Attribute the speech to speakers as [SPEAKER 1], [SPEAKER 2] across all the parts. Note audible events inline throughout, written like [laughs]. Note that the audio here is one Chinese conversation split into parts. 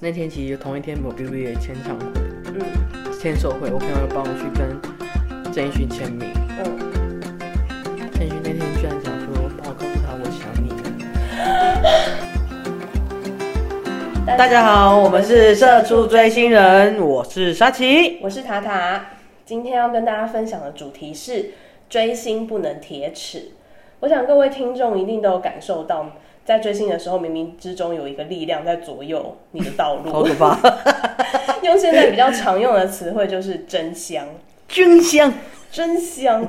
[SPEAKER 1] 那天其实同一天我 B B 的签唱会、
[SPEAKER 2] 嗯
[SPEAKER 1] 签售会，我朋友帮我去跟郑义勋签名。
[SPEAKER 2] 嗯，
[SPEAKER 1] 郑义勋那天居然讲说，帮我告诉他我想你。
[SPEAKER 2] 大
[SPEAKER 3] 大
[SPEAKER 2] 家
[SPEAKER 3] 家
[SPEAKER 2] 好，
[SPEAKER 3] 好，我们是社畜追星人，我是沙琪。
[SPEAKER 2] 我是塔塔，今天要跟大家分享的主题是追星不能铁齿。我想各位听众一定都有感受到，在追星的时候，冥冥之中有一个力量在左右你的道
[SPEAKER 3] [laughs] 好
[SPEAKER 2] 路。
[SPEAKER 3] 可怕，
[SPEAKER 2] [laughs] 用现在比较常用的词汇就是真香，
[SPEAKER 3] 军香。
[SPEAKER 2] 真香。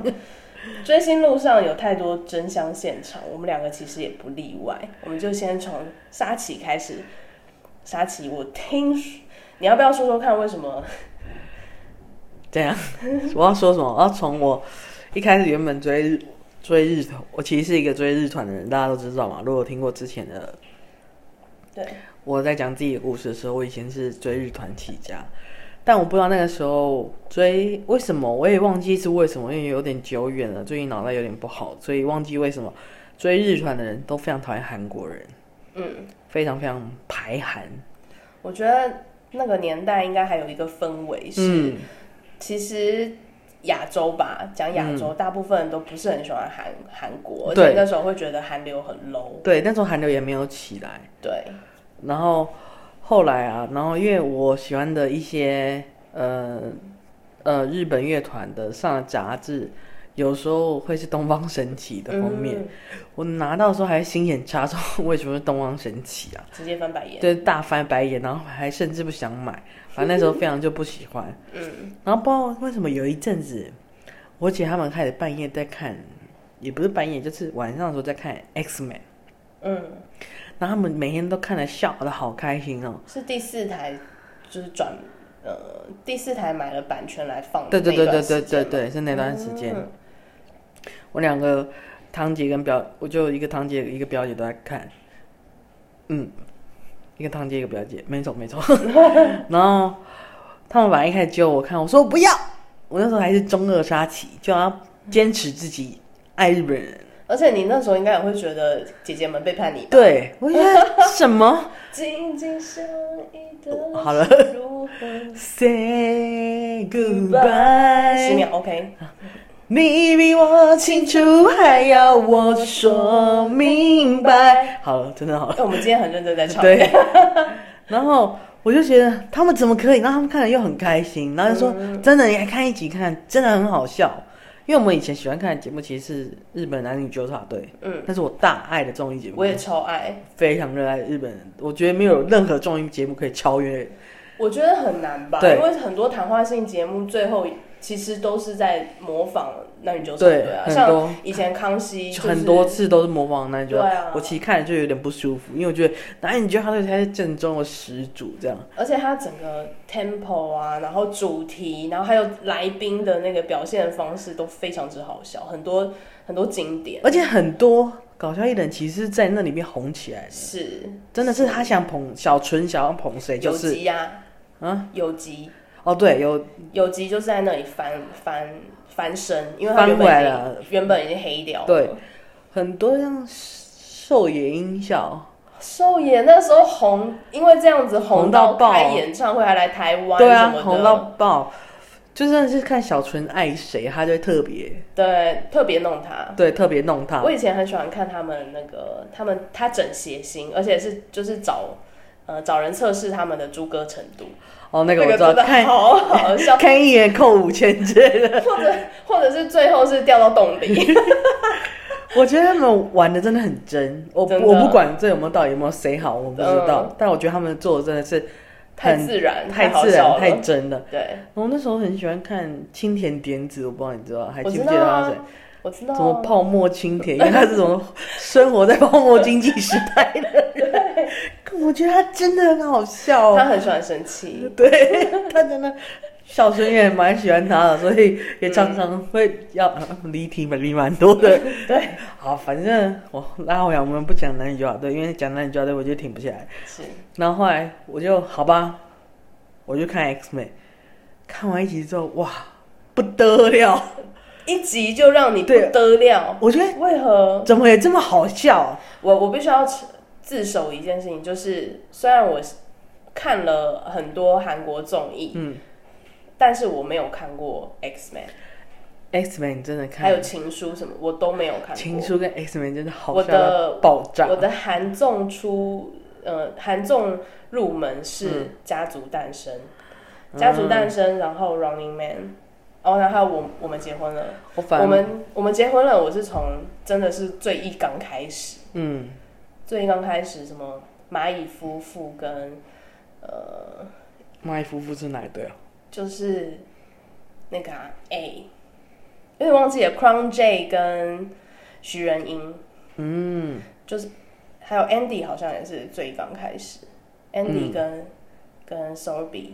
[SPEAKER 2] 追星路上有太多真香现场，我们两个其实也不例外。我们就先从沙琪开始。沙琪，我听说你要不要说说看为什么？
[SPEAKER 3] 怎样？我要说什么？我要从我一开始原本追日追日团，我其实是一个追日团的人，大家都知道嘛。如果有听过之前的
[SPEAKER 2] 对，
[SPEAKER 3] 我在讲自己的故事的时候，我以前是追日团起家，但我不知道那个时候追为什么，我也忘记是为什么，因为有点久远了，最近脑袋有点不好，所以忘记为什么追日团的人都非常讨厌韩国人，
[SPEAKER 2] 嗯。
[SPEAKER 3] 非常非常排韩。
[SPEAKER 2] 我觉得那个年代应该还有一个氛围是，
[SPEAKER 3] 嗯，
[SPEAKER 2] 其实亚洲吧，讲亚洲，大部分人都不是很喜欢韩韩国，而
[SPEAKER 3] 嗯对
[SPEAKER 2] 且那时候会觉得韩流很 low。
[SPEAKER 3] 对，那时候韩流也没有起来。
[SPEAKER 2] 对，
[SPEAKER 3] 然后后来啊，然后因为我喜欢的一些呃呃日本乐团的上了杂志，有时候会是东方神起的封面，
[SPEAKER 2] 嗯
[SPEAKER 3] 我拿到的时候还心眼插中，为什么是东方神起啊？
[SPEAKER 2] 直接翻白眼。
[SPEAKER 3] 对，大翻白眼，然后还甚至不想买，反正那时候非常就不喜欢。
[SPEAKER 2] [laughs] 嗯，
[SPEAKER 3] 然后不知道为什么有一阵子，我姐她们开始半夜在看，也不是半夜，就是晚上的时候在看 X Man，
[SPEAKER 2] 嗯，
[SPEAKER 3] 然后她们每天都看了笑的好开心哦。
[SPEAKER 2] 是第四台，就是转呃第四台买了版权来放
[SPEAKER 3] 对对
[SPEAKER 2] 的那
[SPEAKER 3] 对对
[SPEAKER 2] 段时间
[SPEAKER 3] 对
[SPEAKER 2] 嘛。
[SPEAKER 3] 对对，是那段时间，
[SPEAKER 2] 嗯
[SPEAKER 3] 我两个堂姐跟表，我就一个堂姐一个表姐都在看，嗯，一个堂姐一个表姐，没错
[SPEAKER 2] [laughs]
[SPEAKER 3] 没错。然后他们本来一开始揪我看，我说我不要，我那时候还是中二杀气，就要坚持自己爱日本
[SPEAKER 2] [laughs]
[SPEAKER 3] 人。
[SPEAKER 2] 而且你那时候应该也会觉得姐姐们背叛你吧。
[SPEAKER 3] 对，我觉得什么
[SPEAKER 2] 紧紧相依的
[SPEAKER 3] 哦好了
[SPEAKER 2] 是如何
[SPEAKER 3] say [laughs]
[SPEAKER 2] [laughs] 十
[SPEAKER 3] goodbye，
[SPEAKER 2] 秒 OK。
[SPEAKER 3] 你比我清楚，还要我说明白。好了，真的
[SPEAKER 2] [laughs]
[SPEAKER 3] 好了。
[SPEAKER 2] 哎，我们今天很认真在唱。
[SPEAKER 3] 对， [laughs] 然后我就觉得他们怎么可以？然后他们看了又很开心，然后就说：“
[SPEAKER 2] 嗯
[SPEAKER 3] 真的，你还看一集看，真的很好笑。”因为我们以前喜欢看的节目其实是日本男女纠察队，
[SPEAKER 2] 嗯，
[SPEAKER 3] 那是我大爱的综艺节目，
[SPEAKER 2] 我也超爱，
[SPEAKER 3] 非常热爱日本人，我觉得没有任何综艺节目可以超越。
[SPEAKER 2] 我觉得很难吧，
[SPEAKER 3] 对
[SPEAKER 2] 因为很多谈话性节目最后其实都是在模仿男女纠察队啊，
[SPEAKER 3] 对很多
[SPEAKER 2] 像以前康熙、就是、
[SPEAKER 3] 很多次都是模仿男女纠察队，
[SPEAKER 2] 对啊
[SPEAKER 3] 我其实看了就有点不舒服，因为我觉得男女纠察队才是正宗的始祖，这样。
[SPEAKER 2] 而且它整个 tempo 啊，然后主题，然后还有来宾的那个表现方式都非常之好笑，很多很多经典
[SPEAKER 3] 而且很多搞笑艺人其实，在那里面红起来的，
[SPEAKER 2] 是
[SPEAKER 3] 真的是他想捧小纯，想要捧谁就
[SPEAKER 2] 有
[SPEAKER 3] 是
[SPEAKER 2] 集呀、啊，
[SPEAKER 3] 啊，
[SPEAKER 2] 有集
[SPEAKER 3] 哦，对，有
[SPEAKER 2] 有集就是在那里翻翻翻身，因为它
[SPEAKER 3] 翻
[SPEAKER 2] 原
[SPEAKER 3] 回来
[SPEAKER 2] 本已
[SPEAKER 3] 了
[SPEAKER 2] 经原本已经黑掉了，
[SPEAKER 3] 对很多像兽野音效，
[SPEAKER 2] 寿也那时候红，因为这样子红到
[SPEAKER 3] 红到爆
[SPEAKER 2] 开演唱会，还来台湾，
[SPEAKER 3] 对啊
[SPEAKER 2] 什么，的
[SPEAKER 3] 红到爆，就真的是看小纯爱谁，他就会特别
[SPEAKER 2] 对，特别弄他。
[SPEAKER 3] 对特别弄他
[SPEAKER 2] 我，以前很喜欢看他们那个，他们他整谐星，而且是就是找呃找人测试他们的猪歌程度，
[SPEAKER 3] 哦，那
[SPEAKER 2] 那
[SPEAKER 3] 个我知道，
[SPEAKER 2] 真的
[SPEAKER 3] 看
[SPEAKER 2] 好好
[SPEAKER 3] [laughs]
[SPEAKER 2] 笑，
[SPEAKER 3] 看一眼扣五千之类的， [laughs]
[SPEAKER 2] 或者或者是最后是掉到洞里，
[SPEAKER 3] 我觉得他们玩的真的很真，我
[SPEAKER 2] 真的嗯
[SPEAKER 3] 我不管这有没有道理，有没有谁好，我不知道，但我觉得他们做的真的是
[SPEAKER 2] 太
[SPEAKER 3] 很
[SPEAKER 2] 自然，
[SPEAKER 3] 太
[SPEAKER 2] 好
[SPEAKER 3] 自
[SPEAKER 2] 笑
[SPEAKER 3] 然、
[SPEAKER 2] 了。
[SPEAKER 3] 太真了。
[SPEAKER 2] 对，
[SPEAKER 3] 我那时候很喜欢看青田典子，我不知道你知道，还
[SPEAKER 2] 我
[SPEAKER 3] 记
[SPEAKER 2] 知
[SPEAKER 3] 不记
[SPEAKER 2] 道
[SPEAKER 3] 得他是谁
[SPEAKER 2] 啊？，我知道
[SPEAKER 3] 什么
[SPEAKER 2] 啊，
[SPEAKER 3] 泡沫青田，因为他是什么生活在泡沫经济时代的人，可我觉得他真的很好笑、
[SPEAKER 2] 他
[SPEAKER 3] 哦，
[SPEAKER 2] 很喜欢生
[SPEAKER 3] [laughs]
[SPEAKER 2] 气，
[SPEAKER 3] 对他真的。小春也蛮喜欢他的，所以也
[SPEAKER 2] 嗯
[SPEAKER 3] 常常会要呃离题蛮离蛮多的。
[SPEAKER 2] 对，
[SPEAKER 3] 好，反正我拉回来，我们不讲男女纠察队，因为讲男女纠察队我就停不下来。
[SPEAKER 2] 是
[SPEAKER 3] 然后后来我就好吧，我就看 X Men，看完一集之后，哇，不得了！
[SPEAKER 2] 一集就让你不
[SPEAKER 3] 对
[SPEAKER 2] 得了，
[SPEAKER 3] 我觉得
[SPEAKER 2] 为何？
[SPEAKER 3] 怎么也这么好笑啊、
[SPEAKER 2] 我我必须要自首一件事情，就是虽然我看了很多韩国综艺，
[SPEAKER 3] 嗯
[SPEAKER 2] 但是我没有看过 X Man，
[SPEAKER 3] ，X Man 真的看，
[SPEAKER 2] 还有情书什么，我都没有看过。
[SPEAKER 3] 情书跟 X Man 真的好
[SPEAKER 2] 我
[SPEAKER 3] 笑到
[SPEAKER 2] 的
[SPEAKER 3] 爆炸
[SPEAKER 2] 我。的韩综出，呃，韩综入门
[SPEAKER 3] 嗯
[SPEAKER 2] 是《家族诞生》家族诞生，然后《Running Man》，哦，然后我我们结婚了，
[SPEAKER 3] 我反
[SPEAKER 2] 我们我们结婚了，我是从真的是最一刚开始，
[SPEAKER 3] 嗯，
[SPEAKER 2] 最一刚开始什么蚂蚁夫妇跟呃，
[SPEAKER 3] 蚂蚁夫妇是哪一对啊？
[SPEAKER 2] 就是那个、啊、A，有点忘记了，Crown J 跟徐仁英。
[SPEAKER 3] 嗯，
[SPEAKER 2] 还有 Andy 好像也是最刚开始
[SPEAKER 3] 嗯
[SPEAKER 2] ，Andy 跟、跟 Sorby，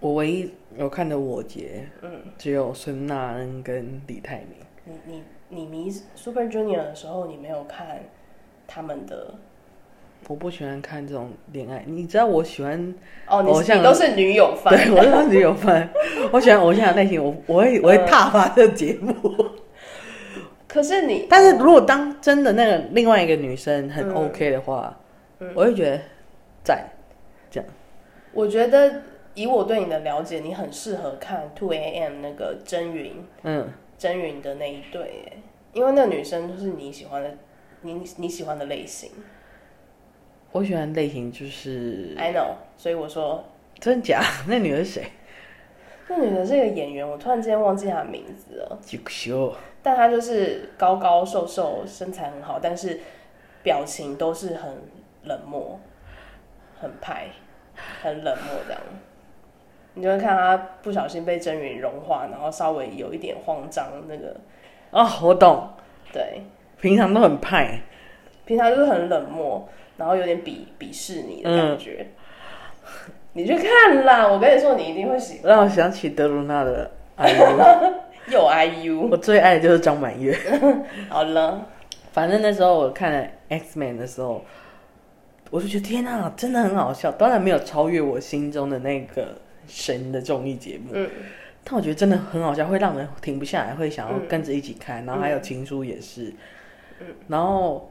[SPEAKER 3] 我唯一有看的我杰
[SPEAKER 2] 嗯，
[SPEAKER 3] 只有孙娜恩跟李泰民。
[SPEAKER 2] 你你你迷 Super Junior 的时候，你没有看他们的
[SPEAKER 3] 我不喜欢看这种恋爱，你知道我喜欢，
[SPEAKER 2] 哦，你
[SPEAKER 3] 偶
[SPEAKER 2] 是
[SPEAKER 3] 像
[SPEAKER 2] 你都是女友范，
[SPEAKER 3] 对我当时有分，我喜欢偶像的类型，我我会我会踏伐这个节目。
[SPEAKER 2] 可是你
[SPEAKER 3] [laughs] 但是如果当真的那个另外一个女生很 OK 的话，我会觉得赞。
[SPEAKER 2] 我觉得以我对你的了解，你很适合看 Two A.M. 那个真云
[SPEAKER 3] 嗯，
[SPEAKER 2] 真云的那一对耶，因为那女生就是你喜欢的，你你喜欢的类型
[SPEAKER 3] 我喜欢类型就是
[SPEAKER 2] ，I know，所以我说
[SPEAKER 3] 真假，那女的是谁？
[SPEAKER 2] 那女的是一个演员，我突然之间忘记她的名字了。
[SPEAKER 3] 九秀，
[SPEAKER 2] 但他就是高高瘦瘦，身材很好，但是表情都是很冷漠，很派，很冷漠这样。你就会看他不小心被真云融化，然后稍微有一点慌张，那个
[SPEAKER 3] 哦，我懂，
[SPEAKER 2] 对，
[SPEAKER 3] 平常都很派，
[SPEAKER 2] 平常就是很冷漠，然后有点鄙鄙视你的感觉。你去看啦，我跟你说，你一定会喜
[SPEAKER 3] 让我想起德鲁纳的 IU，
[SPEAKER 2] 又 IU。
[SPEAKER 3] 我最爱的就是张满月。
[SPEAKER 2] 好了，
[SPEAKER 3] 反正那时候我看了 X Man 的时候，我就觉得天啊，真的很好笑。当然没有超越我心中的那个神的综艺节目，
[SPEAKER 2] 嗯
[SPEAKER 3] 但我觉得真的很好笑，会让人停不下来，会想要跟着一起看。然后还有情书也是，然后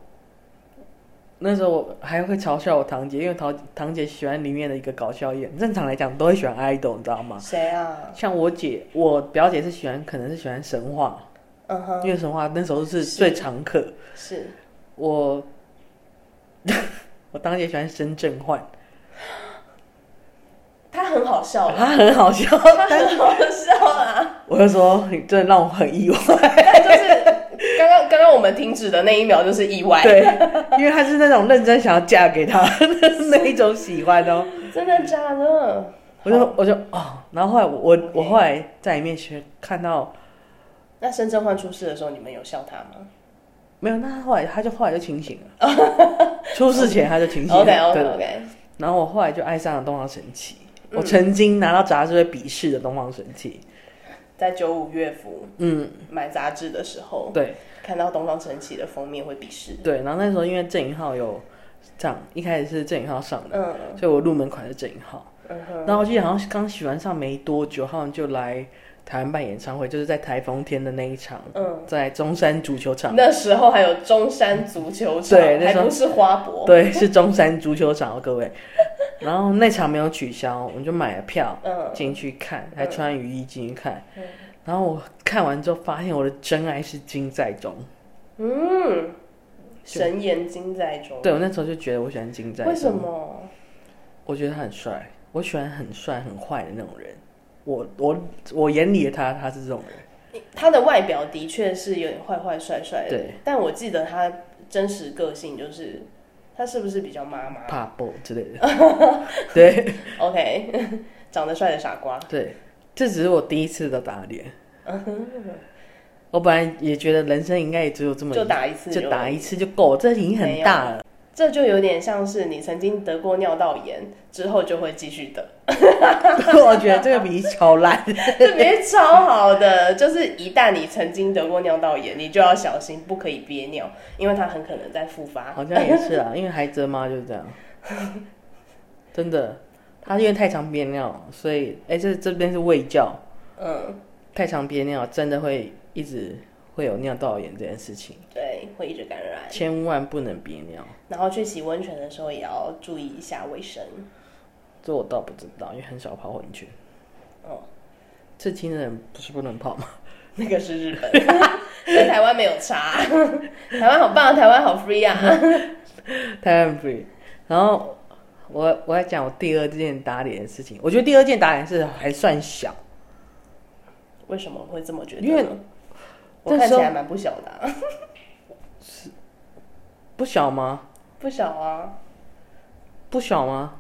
[SPEAKER 3] 那时候我还会嘲笑我堂姐，因为堂堂姐喜欢里面的一个搞笑艺人。正常来讲都会喜欢 idol，你知道吗？
[SPEAKER 2] 谁啊？
[SPEAKER 3] 像我姐，我表姐是喜欢，可能是喜欢神话，
[SPEAKER 2] 嗯哼，
[SPEAKER 3] 因为神话那时候是
[SPEAKER 2] 是
[SPEAKER 3] 最常客。
[SPEAKER 2] 是
[SPEAKER 3] 我 [laughs] 我当时也喜欢深圳幻，
[SPEAKER 2] 他很好笑啦，
[SPEAKER 3] 他很好笑，
[SPEAKER 2] 他很好笑啊。
[SPEAKER 3] 我就说你真的让我很意外，
[SPEAKER 2] 但就是刚刚刚刚我们停止的那一秒就是意外，
[SPEAKER 3] 对，因为他是那种认真想要嫁给他的那一种喜欢哦，
[SPEAKER 2] 真的假的？
[SPEAKER 3] 我就
[SPEAKER 2] 好
[SPEAKER 3] 我就哦，然后后来我我我后来在里面学看到
[SPEAKER 2] 那深圳换出事的时候，你们有笑他吗？
[SPEAKER 3] 没有，那他后来他就后来就清醒了，出事前他就清醒了
[SPEAKER 2] [laughs] OK OK 嗯
[SPEAKER 3] 对
[SPEAKER 2] OK，
[SPEAKER 3] 然后我后来就爱上了东方神起，我曾经拿到杂志被鄙视的东方神起，
[SPEAKER 2] 在九五乐府
[SPEAKER 3] 嗯，
[SPEAKER 2] 买杂志的时候，
[SPEAKER 3] 对。
[SPEAKER 2] 看到东方神起的封面会鄙视。
[SPEAKER 3] 对，然后那时候因为郑颖浩有上，一开始是郑颖浩上的，
[SPEAKER 2] 嗯
[SPEAKER 3] 所以我入门款是郑颖浩。
[SPEAKER 2] 嗯哼，
[SPEAKER 3] 然后我记得好像是刚喜欢上没多久，他们就来台湾办演唱会，就是在台风天的那一场，
[SPEAKER 2] 嗯，
[SPEAKER 3] 在中山足球场。
[SPEAKER 2] 那时候还有中山足球场，
[SPEAKER 3] 对那
[SPEAKER 2] 还
[SPEAKER 3] 时候
[SPEAKER 2] 不是花博。
[SPEAKER 3] 对，是中山足球场哦，各位。然后那场没有取消，我们就买了票
[SPEAKER 2] 嗯
[SPEAKER 3] 进去看，还穿雨衣进去看
[SPEAKER 2] 嗯。
[SPEAKER 3] 然后我看完之后，发现我的真爱是金在中。
[SPEAKER 2] 嗯，神眼睛在中。
[SPEAKER 3] 对，我那时候就觉得我喜欢金在中。
[SPEAKER 2] 为什么？
[SPEAKER 3] 我觉得他很帅，我喜欢很帅很坏的那种人。我我我眼里的他，他是这种人。
[SPEAKER 2] 他的外表的确是有点坏坏帅帅的，
[SPEAKER 3] 对，
[SPEAKER 2] 但我记得他真实个性就是，他是不是比较妈妈
[SPEAKER 3] 怕爆之类的。 [laughs] 对
[SPEAKER 2] ？OK，长 [laughs] 得帅的傻瓜，
[SPEAKER 3] 对，这只是我第一次的打脸。我本来也觉得人生应该也只有这么
[SPEAKER 2] 就打一次
[SPEAKER 3] 就打一次就够，这已经很大了。 [laughs]
[SPEAKER 2] 这就有点像是你曾经得过尿道炎之后就会继续得， [laughs]
[SPEAKER 3] 我觉得这个比超烂。
[SPEAKER 2] 这别超好的，就是一旦你曾经得过尿道炎，你就要小心，不可以憋尿，因为它很可能在复发。
[SPEAKER 3] 好像也是啊，因为孩子的妈就是这
[SPEAKER 2] [laughs]
[SPEAKER 3] 样，真的。他因为太常憋尿，所以哎、这这边是胃教，
[SPEAKER 2] 嗯，
[SPEAKER 3] 太常憋尿真的会一直会有尿道炎这件事情，
[SPEAKER 2] 对，会一直感染，
[SPEAKER 3] 千万不能憋尿。
[SPEAKER 2] 然后去洗温泉的时候也要注意一下卫生。
[SPEAKER 3] 这我倒不知道，因为很少泡温泉。
[SPEAKER 2] 哦，
[SPEAKER 3] 刺青的人不是不能泡吗？ [laughs]
[SPEAKER 2] 那个是日本，跟台湾没有差。 [laughs] 台湾好棒啊，台湾好 free 啊！
[SPEAKER 3] 太 free。然后我我要讲我第二件打脸的事情，我觉得第二件打脸是还算小，
[SPEAKER 2] 为什么会这么觉得呢？
[SPEAKER 3] 因为
[SPEAKER 2] 我
[SPEAKER 3] 那
[SPEAKER 2] 看
[SPEAKER 3] 时
[SPEAKER 2] 起
[SPEAKER 3] 候
[SPEAKER 2] 来蛮不小的、啊，
[SPEAKER 3] 不小吗？
[SPEAKER 2] 不小啊，
[SPEAKER 3] 不小吗？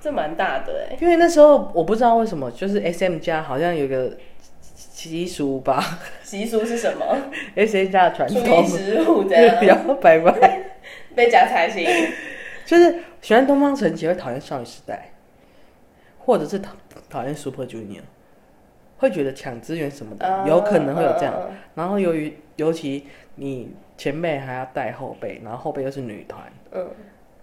[SPEAKER 2] 这蛮大的哎、
[SPEAKER 3] 因为那时候我不知道为什么，就是 S M 家好像有个习俗吧
[SPEAKER 2] 习俗是什么？
[SPEAKER 3] ，S M 家的传
[SPEAKER 2] 初一
[SPEAKER 3] 统，
[SPEAKER 2] 十五这
[SPEAKER 3] [laughs] 比
[SPEAKER 2] 样
[SPEAKER 3] 较拜拜，
[SPEAKER 2] 被夹财星，
[SPEAKER 3] 就是喜欢东方神起会讨厌少女时代，或者是讨讨厌 Super Junior，会觉得抢资源什么的，有可能会有这样。
[SPEAKER 2] 嗯。嗯
[SPEAKER 3] 然后由于尤其你前辈还要带后辈，然后后辈又是女团，
[SPEAKER 2] 嗯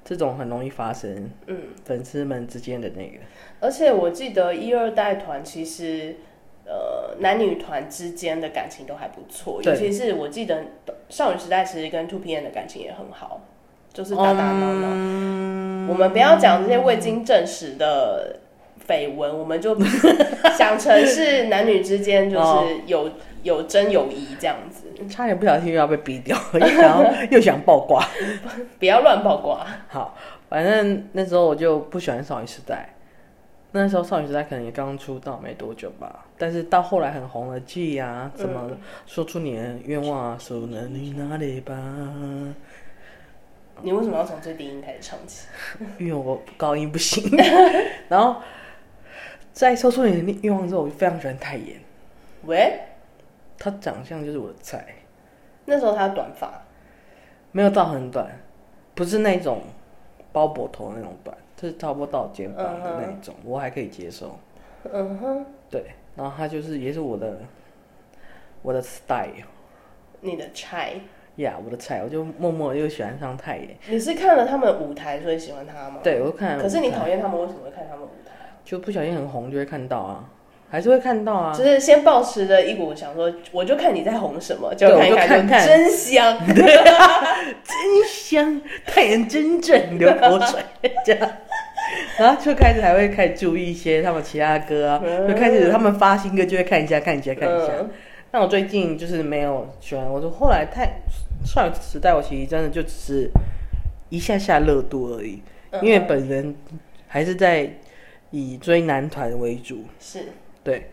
[SPEAKER 3] 这种很容易发生
[SPEAKER 2] 嗯
[SPEAKER 3] 粉丝们之间的那个。
[SPEAKER 2] 而且我记得一二代团其实，呃，男女团之间的感情都还不错，
[SPEAKER 3] 对
[SPEAKER 2] 尤其是我记得少女时代其实跟 Two P N 的感情也很好，就是打打闹闹。我们不要讲这些未经证实的绯闻，我们就 [laughs] 想成是男女之间就是有、有真友谊这样子，
[SPEAKER 3] 差点不小心又要被逼掉， [laughs] 又想要又想爆挂。
[SPEAKER 2] 不要乱八卦。
[SPEAKER 3] 好，反正那时候我就不喜欢少女时代。那时候少女时代可能也刚出道没多久吧，但是到后来很红的季啊，怎么、说出你的愿望啊，手能你哪里吧？
[SPEAKER 2] 你为什么要从最低音开始唱起？
[SPEAKER 3] 因为我高音不行。 [laughs] 然后在说出你的愿望之后，我就非常喜欢泰妍，
[SPEAKER 2] 喂，
[SPEAKER 3] 她长相就是我的菜，
[SPEAKER 2] 那时候他短发，
[SPEAKER 3] 没有到很短，不是那种包脖头那种短，就是差不多到肩膀的那一种，我还可以接受。
[SPEAKER 2] 嗯哼，
[SPEAKER 3] 对，然后他就是也是我的我的 style，
[SPEAKER 2] 你的拆。
[SPEAKER 3] 呀、我的菜，我就默默又喜欢上太妍。
[SPEAKER 2] 你是看了他们舞台所以喜欢他吗？。
[SPEAKER 3] 对，我就看，
[SPEAKER 2] 可是你讨厌他们，为什么会看他们舞台？
[SPEAKER 3] 就不小心很红就会看到啊，还是会看到啊
[SPEAKER 2] 就。是先抱持着一股想说，我就看你在红什么，就
[SPEAKER 3] 对
[SPEAKER 2] 看一
[SPEAKER 3] 我就看看 [laughs]
[SPEAKER 2] 真香。
[SPEAKER 3] 真香，太妍真正流口水这样。然后就开始还会开始注意一些他们其他歌啊，就开始他们发新歌就会看一下看一下看一下。
[SPEAKER 2] 嗯，
[SPEAKER 3] 那我最近就是没有喜欢，我说后来太少女时代，我其实真的就只是一下下热度而已，
[SPEAKER 2] 嗯
[SPEAKER 3] 因为本人还是在以追男团为主，
[SPEAKER 2] 是。
[SPEAKER 3] 对。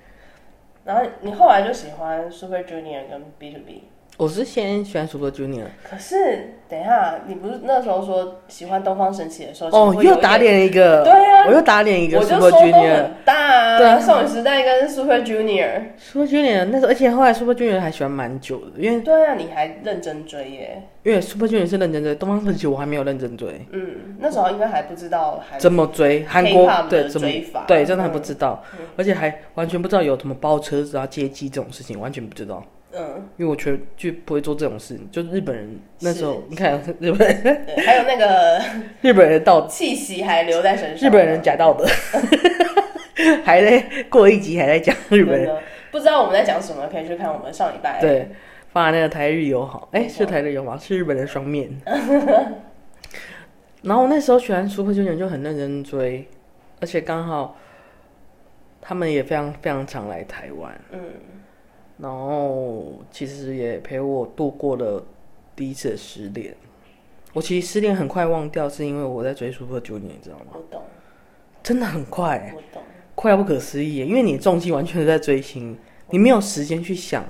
[SPEAKER 2] 然后你后来就喜欢 Super Junior 跟 B to B。
[SPEAKER 3] 我是先喜欢 Super Junior，
[SPEAKER 2] 可是等一下，你不是那时候说喜欢东方神起的时候，
[SPEAKER 3] 哦
[SPEAKER 2] 其，实会有
[SPEAKER 3] 又打
[SPEAKER 2] 一点，
[SPEAKER 3] 脸一个，
[SPEAKER 2] 对啊
[SPEAKER 3] 我又打脸一个
[SPEAKER 2] 我就
[SPEAKER 3] Super
[SPEAKER 2] 说都
[SPEAKER 3] Junior。
[SPEAKER 2] 很大啊，
[SPEAKER 3] 对啊
[SPEAKER 2] 少女时代跟 Super Junior。
[SPEAKER 3] Super Junior 那时候，而且后来 Super Junior 还喜欢蛮久的，因为
[SPEAKER 2] 对啊，你还认真追耶？
[SPEAKER 3] 因为 Super Junior 是认真追，东方神起我还没有认真追，
[SPEAKER 2] 嗯，那时候应该还不知道韩
[SPEAKER 3] 怎么追韩国
[SPEAKER 2] K-pop
[SPEAKER 3] 对
[SPEAKER 2] 的
[SPEAKER 3] 怎么
[SPEAKER 2] 追法
[SPEAKER 3] 对真的还不
[SPEAKER 2] 嗯
[SPEAKER 3] 知道，而且还完全不知道有什么包车子啊、接机这种事情，完全不知道，
[SPEAKER 2] 嗯。
[SPEAKER 3] 因为我全就不会做这种事。就日本人那时候
[SPEAKER 2] 是，
[SPEAKER 3] 你看 [laughs] 日本人
[SPEAKER 2] 对，还有那个
[SPEAKER 3] [laughs] 日本人道
[SPEAKER 2] 气息还留在身上。
[SPEAKER 3] 日本人假道德， [laughs] 还在过一集还在讲日本人，
[SPEAKER 2] 真的不知道我们在讲什么，可以去看我们上礼拜。，
[SPEAKER 3] 对，发那个台日友好，哎、
[SPEAKER 2] 没错
[SPEAKER 3] 是台日友好，是日本人双面。然后那时候喜欢 Super Junior 就很认真追，而且刚好他们也非常非常常来台湾。
[SPEAKER 2] 嗯，
[SPEAKER 3] 然后其实也陪我度过了第一次的失恋。我其实失恋很快忘掉，是因为我在追 Super Junior，你知道吗？
[SPEAKER 2] 我懂，
[SPEAKER 3] 真的很快，
[SPEAKER 2] 我懂，
[SPEAKER 3] 快到不可思议耶，因为你的重心完全都在追星，你没有时间去想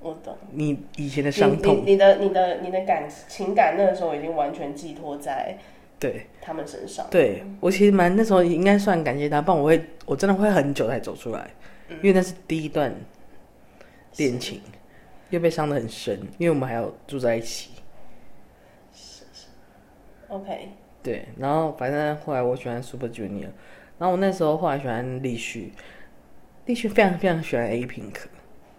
[SPEAKER 2] 我懂。
[SPEAKER 3] 你以前的
[SPEAKER 2] 你
[SPEAKER 3] 伤
[SPEAKER 2] 你
[SPEAKER 3] 痛。
[SPEAKER 2] 你的你的你的感情感那个时候已经完全寄托在
[SPEAKER 3] 对，
[SPEAKER 2] 他们身上。
[SPEAKER 3] 对我其实蛮那时候应该算感谢他，不然我会我真的会很久才走出来，因为那是第一段恋情，又被伤得很深，因为我们还有住在一起。
[SPEAKER 2] OK，
[SPEAKER 3] 对，然后反正后来我喜欢 Super Junior，然后我那时候后来喜欢立旭，立旭非常非常喜欢 A Pink，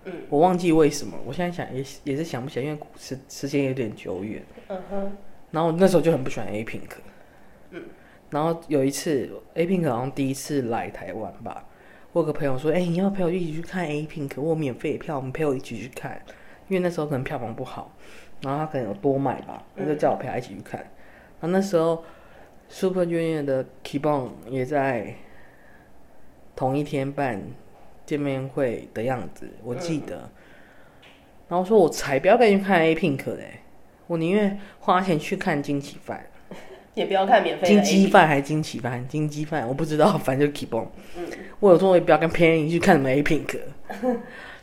[SPEAKER 2] 嗯，
[SPEAKER 3] 我忘记为什么，我现在想也也是想不起来，因为时时间有点久远。
[SPEAKER 2] 嗯哼，
[SPEAKER 3] 然后我那时候就很不喜欢 A Pink，嗯，然后有一次 A Pink 好像第一次来台湾吧，我有个朋友说，哎、你要陪我一起去看 A Pink，我有免费票，我们陪我一起去看，因为那时候可能票房
[SPEAKER 2] 嗯
[SPEAKER 3] 不好，然后他可能有多买吧，他就叫我陪他一起去看。然后那时候 Super Junior 的 Kibon 也在同一天办见面会的样子，我记得。然后说我才不要跟你看 A Pink 嘞、我宁愿花钱去看惊奇饭，
[SPEAKER 2] 也不要看免费
[SPEAKER 3] 金
[SPEAKER 2] 的
[SPEAKER 3] 鸡
[SPEAKER 2] A
[SPEAKER 3] 饭还是惊奇饭，惊奇饭我不知道， [laughs] 反正就 Kibon。我有时候也不要跟 Penny 去看什么 A Pink。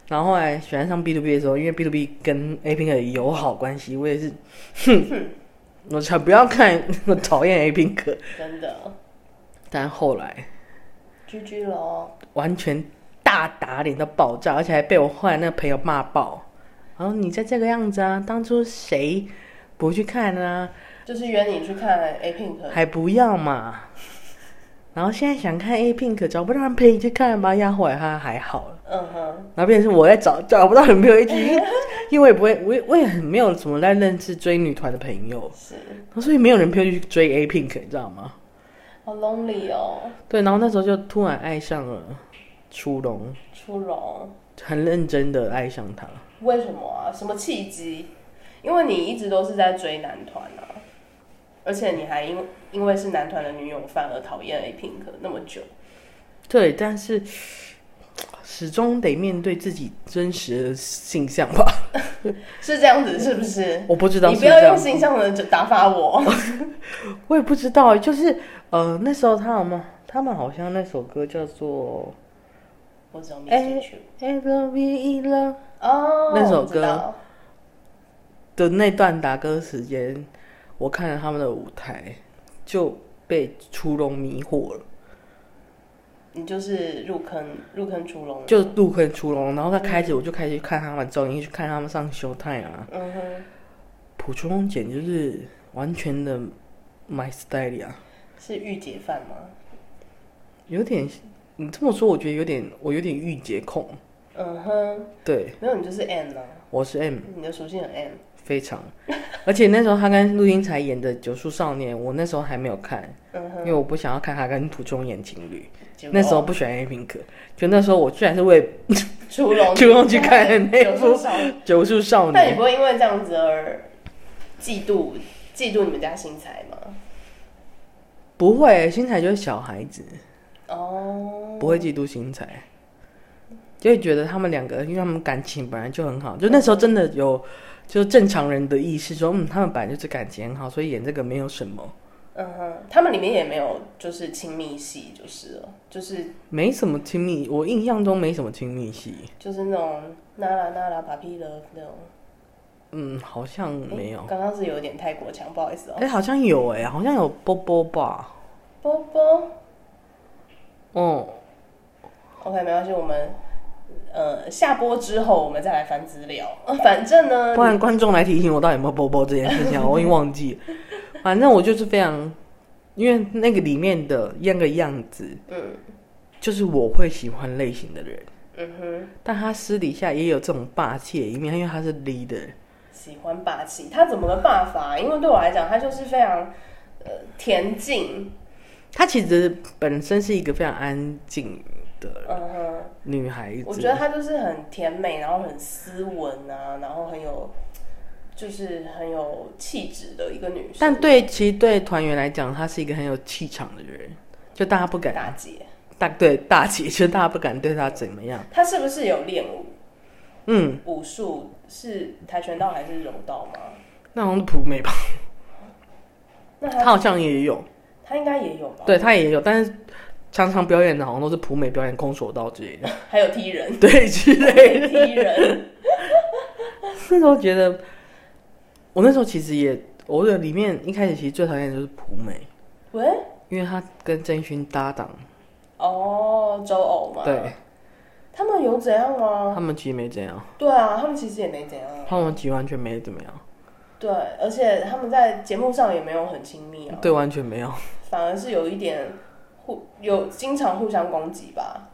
[SPEAKER 3] 然后后来喜欢上 B to B 的时候，因为 B to B 跟 A Pink 的友好关系，我也是，哼，我才不要看，我讨厌 A Pink。
[SPEAKER 2] 真的
[SPEAKER 3] 但后来
[SPEAKER 2] GG 喽。
[SPEAKER 3] 完全大打脸到爆炸，而且还被我后来那个朋友骂爆。然后你在这个样子啊，当初谁不去看啊？
[SPEAKER 2] 就是约你去看 A Pink，
[SPEAKER 3] 还不要嘛？然后现在想看 A Pink，找不到人陪你去看吧，压回来他还好了。
[SPEAKER 2] 嗯哼，
[SPEAKER 3] 然后变成是我在找找不到人陪我一起去，因为我也不会，我也我也很没有怎么在认识追女团的朋友，
[SPEAKER 2] 是，
[SPEAKER 3] 然后所以没有人陪我去追 A Pink，你知道吗？
[SPEAKER 2] 好 lonely 哦，
[SPEAKER 3] 对，然后那时候就突然爱上了初龙，
[SPEAKER 2] 出笼，
[SPEAKER 3] 很认真的爱上他。
[SPEAKER 2] 为什么啊？什么契机？因为你一直都是在追男团啊，而且你还因因为是男团的女友反而讨厌 A Pink 那么久，
[SPEAKER 3] 对，但是始终得面对自己真实的性向吧。
[SPEAKER 2] 是这样子是不是？
[SPEAKER 3] 我不知道
[SPEAKER 2] 你
[SPEAKER 3] 是
[SPEAKER 2] 不
[SPEAKER 3] 这
[SPEAKER 2] 要
[SPEAKER 3] 样
[SPEAKER 2] 用，形象的打发我，
[SPEAKER 3] 我也不知道，欸就是呃，那时候他们他们好像那首歌叫做
[SPEAKER 2] 我只有 miss you
[SPEAKER 3] 《I Love You l o v
[SPEAKER 2] 哦，
[SPEAKER 3] 哎那首歌
[SPEAKER 2] 我知道
[SPEAKER 3] 的那段打歌时间，我看了他们的舞台，就被初龙迷惑了，
[SPEAKER 2] 你就是入坑入坑出笼，
[SPEAKER 3] 就入坑初龙，然后他开始我就开始看他们综艺，去看他们上 Show Time 啊，
[SPEAKER 2] 嗯哼，
[SPEAKER 3] 朴初龙简直就是完全的 my style 啊。
[SPEAKER 2] 是御姐范吗？
[SPEAKER 3] 有点，你这么说，我觉得有点，我有点御姐控。
[SPEAKER 2] 嗯哼，
[SPEAKER 3] 对，
[SPEAKER 2] 没有你就是 N 啊，
[SPEAKER 3] 我是 M，
[SPEAKER 2] 你的属性很 M。
[SPEAKER 3] 非
[SPEAKER 2] [laughs]
[SPEAKER 3] 常。而且那时候他跟陆英才演的《九叔少年》，我那时候还没有看，
[SPEAKER 2] 嗯哼，哦
[SPEAKER 3] 因为我不想要看他跟蒲忠演情侣。
[SPEAKER 2] 结果
[SPEAKER 3] 那时候不喜欢 A Pink，就那时候我居然是为
[SPEAKER 2] 出笼
[SPEAKER 3] 出笼去看那部
[SPEAKER 2] 有多少
[SPEAKER 3] 《九叔少
[SPEAKER 2] 但你
[SPEAKER 3] 年
[SPEAKER 2] 不》，会因为这样子而嫉妒嫉妒你们家新才吗？
[SPEAKER 3] 不会，新才就是小孩子，
[SPEAKER 2] 哦，
[SPEAKER 3] 不会嫉妒新才。
[SPEAKER 2] 嗯
[SPEAKER 3] 就会觉得他们两个，因为他们感情本来就很好，就那时候真的有，就是正常人的意识说，嗯，他们本来就是感情很好，所以演这个没有什么。
[SPEAKER 2] 嗯哼，他们里面也没有就是亲密戏，就是了，就是
[SPEAKER 3] 没什么亲密，我印象中没什么亲密戏。
[SPEAKER 2] 就是那种那拉那拉 papi 的那种，
[SPEAKER 3] 嗯，好像
[SPEAKER 2] 诶
[SPEAKER 3] 没有。
[SPEAKER 2] 刚刚是有点泰国腔，不好意思哦
[SPEAKER 3] 哎、。好像有哎、好像有波波吧？
[SPEAKER 2] 波波
[SPEAKER 3] 哦，
[SPEAKER 2] ，OK，没关系，我们。呃，下播之后我们再来翻资料。 [laughs] 反正呢，
[SPEAKER 3] 不然观众来提醒我到底有没有波波这件事情啊，我已经忘
[SPEAKER 2] [laughs]
[SPEAKER 3] 记了。反正我就是非常，因为那个里面的那个样子，
[SPEAKER 2] 嗯
[SPEAKER 3] 就是我会喜欢类型的人，
[SPEAKER 2] 嗯哼，
[SPEAKER 3] 但他私底下也有这种霸气的一面，因为他是 leader。
[SPEAKER 2] 喜欢霸气，他怎么个霸法？啊因为对我来讲，他就是非常呃恬静，
[SPEAKER 3] 她其实本身是一个非常安静的
[SPEAKER 2] 嗯哼，
[SPEAKER 3] 女孩子，
[SPEAKER 2] 我觉得他就是很甜美，然后很斯文啊，然后很有就是很有气质的一个女生。
[SPEAKER 3] 但对，其实对团员来讲，他是一个很有气场的人，就大家不敢
[SPEAKER 2] 大姐，
[SPEAKER 3] 大对大姐，就大家不敢对他怎么样。
[SPEAKER 2] 她是不是有练武
[SPEAKER 3] 嗯，
[SPEAKER 2] 武术？是跆拳道还是柔道吗？
[SPEAKER 3] 那好像是普美吧，
[SPEAKER 2] 那
[SPEAKER 3] 他
[SPEAKER 2] 她
[SPEAKER 3] 好像也有，
[SPEAKER 2] 她应该也有吧？
[SPEAKER 3] 对，他也有，但是常常表演的好像都是普美表演空手道之类的， [laughs]
[SPEAKER 2] 还有踢人，
[SPEAKER 3] 对之类的。
[SPEAKER 2] 踢人，
[SPEAKER 3] 那时候觉得，我那时候其实也，我的里面一开始其实最讨厌的就是普美，
[SPEAKER 2] 喂，
[SPEAKER 3] 因为他跟郑勋搭档，
[SPEAKER 2] 哦，周偶嘛，
[SPEAKER 3] 对，
[SPEAKER 2] 他们有怎样吗？
[SPEAKER 3] 他们其实没怎样，
[SPEAKER 2] 对啊，他们其实也没怎样啊。
[SPEAKER 3] 他们其实完全没怎么样，
[SPEAKER 2] 对，而且他们在节目上也没有很亲密啊，
[SPEAKER 3] 对，完全没有。
[SPEAKER 2] 反而是有一点互有经常互相攻击吧。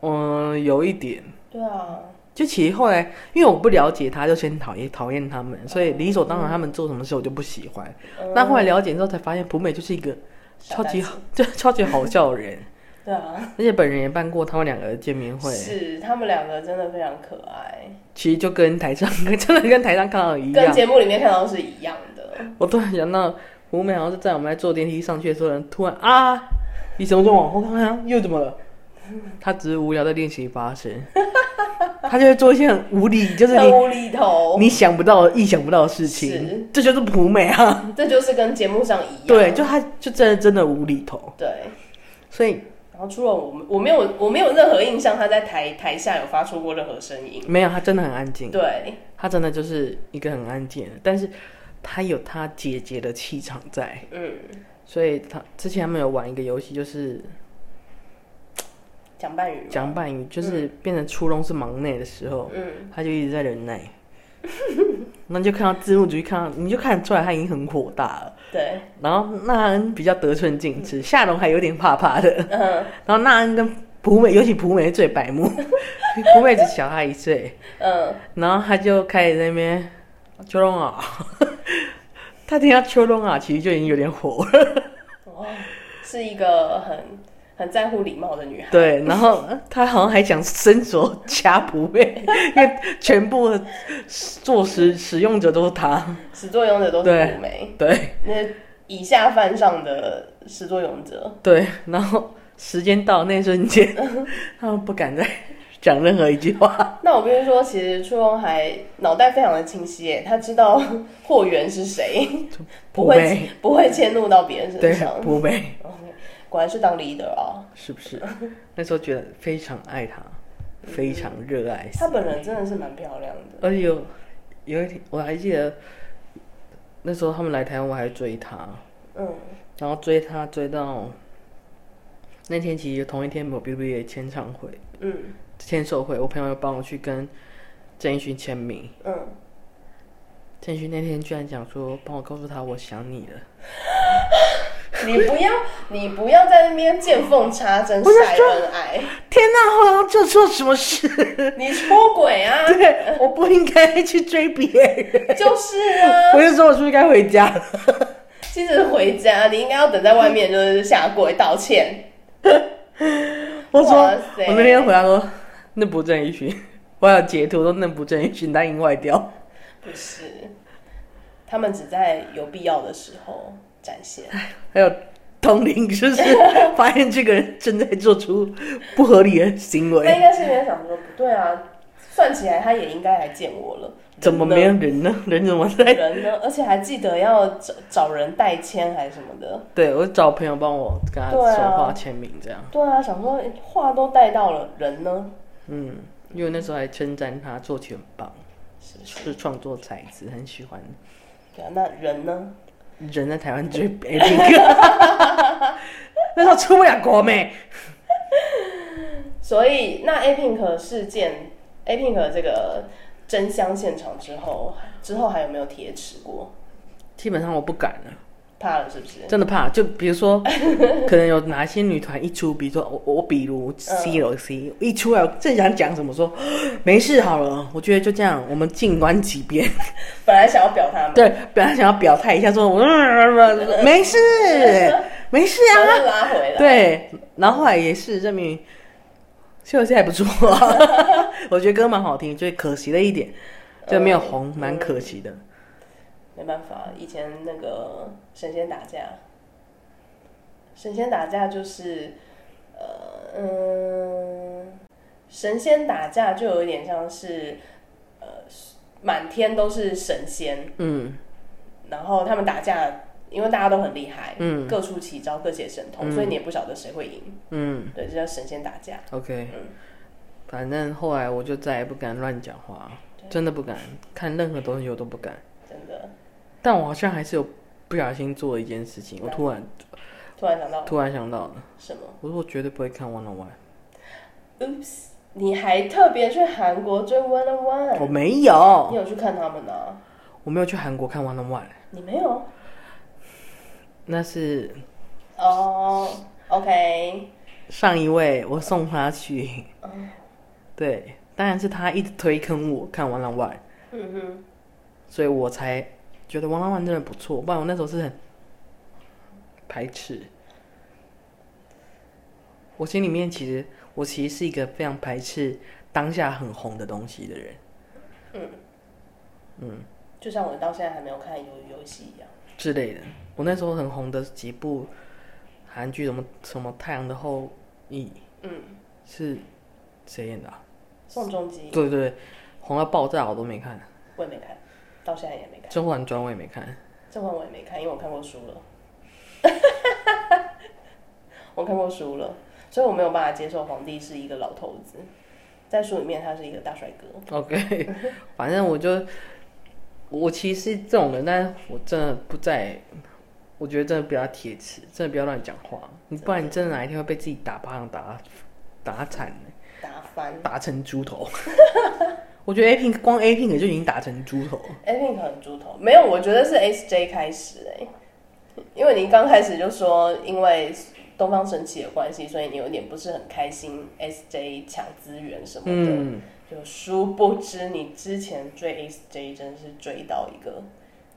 [SPEAKER 3] 嗯，有一点。
[SPEAKER 2] 对啊，
[SPEAKER 3] 就其实后来，因为我不了解他，就先讨厌讨厌他们，所以理所当然他们做什么事我就不喜欢。
[SPEAKER 2] 嗯
[SPEAKER 3] 但后来了解之后，才发现普美就是一个超级 [laughs]
[SPEAKER 2] 小
[SPEAKER 3] 好，就超级好笑的
[SPEAKER 2] [laughs]
[SPEAKER 3] 人，
[SPEAKER 2] 对啊，
[SPEAKER 3] 而且本人也办过他们两个的见面会，
[SPEAKER 2] 是他们两个真的非常可爱，
[SPEAKER 3] 其实就跟台上 [laughs] 真的跟台上看到的一
[SPEAKER 2] 跟
[SPEAKER 3] 样。
[SPEAKER 2] 节目里面看到是一样的。
[SPEAKER 3] 我突然想到，我们好像是在我们在坐电梯上去的时候，人突然啊一声就往后看看，又怎么了？他只是无聊在练习发
[SPEAKER 2] [laughs]
[SPEAKER 3] 声，他就会做一些很无理，就是
[SPEAKER 2] 很
[SPEAKER 3] 你
[SPEAKER 2] 无厘头，
[SPEAKER 3] 你想不到、意想不到的事情
[SPEAKER 2] 是，
[SPEAKER 3] 这就是普美啊。
[SPEAKER 2] 这就是跟节目上一样。
[SPEAKER 3] 对，就他就真的真的无厘头，
[SPEAKER 2] 对。
[SPEAKER 3] 所以
[SPEAKER 2] 然后初吻，我我没有我没有任何印象，他在台台下有发出过任何声音。
[SPEAKER 3] 没有他真的很安静，
[SPEAKER 2] 对，
[SPEAKER 3] 他真的就是一个很安静的，但是他有他姐姐的气场在，
[SPEAKER 2] 嗯，
[SPEAKER 3] 所以他之前他们有玩一个游戏，就是
[SPEAKER 2] 蒋半宇，
[SPEAKER 3] 讲半语，就是变成初中是忙内的时候，
[SPEAKER 2] 嗯，
[SPEAKER 3] 他就一直在忍耐。那你就看到字幕组，看到你就看得出来他已经很火大了。
[SPEAKER 2] 对，
[SPEAKER 3] 然后纳恩比较得寸进尺，夏龙还有点怕怕的。
[SPEAKER 2] 嗯
[SPEAKER 3] 然后纳恩跟普美，尤其普美是最白目， [laughs] 普美只小他一岁，
[SPEAKER 2] 嗯，
[SPEAKER 3] 然后他就开始在那边秋龙啊， [laughs] 他听到秋龙啊，其实就已经有点火了。
[SPEAKER 2] 哦，是一个很很在乎礼貌的女孩。
[SPEAKER 3] 对，然后他好像还想伸手掐普美， [laughs] 因为全部的做使使用者都是他。
[SPEAKER 2] 始作俑者都
[SPEAKER 3] 对
[SPEAKER 2] 是古梅，
[SPEAKER 3] 对
[SPEAKER 2] 那以下犯上的始作俑者，
[SPEAKER 3] 对，然后时间到那瞬间，
[SPEAKER 2] 嗯
[SPEAKER 3] 他们不敢再讲任何一句话。
[SPEAKER 2] 那我必须说，其实初龙还脑袋非常的清晰耶，他知道 [laughs] 货源是谁，不
[SPEAKER 3] 普美
[SPEAKER 2] 会不会迁怒到别人身
[SPEAKER 3] 对
[SPEAKER 2] 上。
[SPEAKER 3] 普美
[SPEAKER 2] 果然是当 leader 啊，
[SPEAKER 3] 是不是？那时候觉得非常爱他，非常热爱
[SPEAKER 2] 她本人真的是蛮漂亮的。
[SPEAKER 3] 而且有有一天，我还记得那时候他们来台湾，我还追他，
[SPEAKER 2] 嗯，
[SPEAKER 3] 然后追他追到那天，其实同一天某 B B 的签唱会、
[SPEAKER 2] 嗯
[SPEAKER 3] 签售会，我朋友帮我去跟郑义勋签名。
[SPEAKER 2] 嗯，
[SPEAKER 3] 郑义勋那天居然讲说，帮我告诉他我想你了。
[SPEAKER 2] 你不要，你不要在那边见缝插针
[SPEAKER 3] 不是
[SPEAKER 2] 晒恩爱，
[SPEAKER 3] 天哪，我好像做错什么事？ [laughs]
[SPEAKER 2] 你出轨啊！ [laughs]
[SPEAKER 3] 对，我不应该去追别人。 [laughs]
[SPEAKER 2] 就是啊，
[SPEAKER 3] 我就说我是不是该回家了？
[SPEAKER 2] 其实回家你应该要等在外面，就是下跪道歉。
[SPEAKER 3] 我说
[SPEAKER 2] 哇塞
[SPEAKER 3] 我那天回答说，那不郑义勋。 [laughs] 我还有截图说那不郑义勋，他已经坏掉。
[SPEAKER 2] 不是，他们只在有必要的时候展现。
[SPEAKER 3] [laughs] 还有通灵，就是发现这个人正在做出不合理的行
[SPEAKER 2] [laughs] 他应
[SPEAKER 3] 为，
[SPEAKER 2] 该是在想说，不对啊，算起来他也应该来见我了。
[SPEAKER 3] 怎么没有哎人呢？ [laughs] 人怎么在？
[SPEAKER 2] 人呢？而且还记得要找找人代签还是什么的。
[SPEAKER 3] 对我找朋友帮我跟他
[SPEAKER 2] 对啊
[SPEAKER 3] 手画签名，这样，
[SPEAKER 2] 对啊，想说诶话都带到了，人呢？
[SPEAKER 3] 嗯，因为那时候还称赞他作曲很棒，
[SPEAKER 2] 是
[SPEAKER 3] 是创作才子，很喜欢。
[SPEAKER 2] 对啊，那人呢？
[SPEAKER 3] 人在台湾追 A P 哥，
[SPEAKER 2] [laughs]
[SPEAKER 3] 那时候出不了国没？
[SPEAKER 2] 所以那 A Pink 事件，A Pink 这个真香现场之后，之后还有没有铁齿过？
[SPEAKER 3] 基本上我不敢了，
[SPEAKER 2] 怕了是不是？
[SPEAKER 3] 真的怕。就比如说，可能有哪些女团一出，比如说我我比如 C L C、一出来，我正想讲什么说， [gasps] 没事好了，我觉得就这样，我们静观其变。
[SPEAKER 2] 本来想要表他们，
[SPEAKER 3] 对，本来想要表态一下说，我、 [laughs] 嗯、没事，没事
[SPEAKER 2] 然
[SPEAKER 3] 啊。
[SPEAKER 2] 后拉回来。，
[SPEAKER 3] 对，然后后来也是证明，秀秀还不错、我觉得歌蛮好听，最可惜的一点就没有红，蛮可惜的。
[SPEAKER 2] 没办法，以前那个神仙打架，神仙打架就是，呃，嗯，神仙打架就有一点像是，呃，满天都是神仙，
[SPEAKER 3] 嗯
[SPEAKER 2] 然后他们打架，因为大家都很厉害，
[SPEAKER 3] 嗯
[SPEAKER 2] 各出奇招，各显神通，
[SPEAKER 3] 嗯
[SPEAKER 2] 所以你也不晓得谁会赢，
[SPEAKER 3] 嗯
[SPEAKER 2] 对，这叫神仙打架。
[SPEAKER 3] ，OK。
[SPEAKER 2] 嗯，
[SPEAKER 3] 反正后来我就再也不敢乱讲话，真的不敢看任何东西，我都不敢。
[SPEAKER 2] 真的，
[SPEAKER 3] 但我好像还是有不小心做了一件事情，我突然
[SPEAKER 2] 突然想到
[SPEAKER 3] 突然想到了，
[SPEAKER 2] 什么
[SPEAKER 3] 我说我绝对不会看 One on
[SPEAKER 2] ？Oops，你还特别去韩国追 One on
[SPEAKER 3] One，我
[SPEAKER 2] One，
[SPEAKER 3] 哦没
[SPEAKER 2] 你
[SPEAKER 3] 有，
[SPEAKER 2] 有去看他们啊？
[SPEAKER 3] 哦我没有去韩国看 One on One，
[SPEAKER 2] 你没有？
[SPEAKER 3] 那是
[SPEAKER 2] 哦、o k
[SPEAKER 3] 上一位我送他去，对，当然是他一直推坑我看 One on One，
[SPEAKER 2] 嗯哼，
[SPEAKER 3] 所以我才觉得 One on One 真的不错，不然我那时候是很排斥。我心里面其实我其实是一个非常排斥当下很红的东西的人。
[SPEAKER 2] 就像我到现在还没有看鱿鱼游戏一样，
[SPEAKER 3] 之类的。我那时候很红的几部韩剧，什么什么《太阳的后裔》
[SPEAKER 2] 嗯，
[SPEAKER 3] 是谁演的、啊？
[SPEAKER 2] 宋仲基
[SPEAKER 3] 对对对，红到爆炸，我都没看。
[SPEAKER 2] 我也没看，到现在也没看，
[SPEAKER 3] 《甄嬛传》我也没看。
[SPEAKER 2] 这款我也没看，因为我看过书了， [laughs] 我看过书了，所以我没有办法接受皇帝是一个老头子，在书里面他是一个大帅
[SPEAKER 3] [laughs]
[SPEAKER 2] 哥，
[SPEAKER 3] OK，反正我就我其实是这种人，但是我真的不在，我觉得真的不要贴齿，真的不要乱讲话，你不然你真的哪一天会被自己打巴掌打打惨，
[SPEAKER 2] 打翻。
[SPEAKER 3] 打成猪头。 [laughs] 我觉得 A P 光 A P 就已经打成猪头，
[SPEAKER 2] A Pink 很猪头，没有，我觉得是 S J 开始哎、因为你刚开始就说因为东方神起的关系，所以你有点不是很开心 S J 抢资源什么的，
[SPEAKER 3] 嗯，
[SPEAKER 2] 就殊不知你之前追 S J 真是追到一个，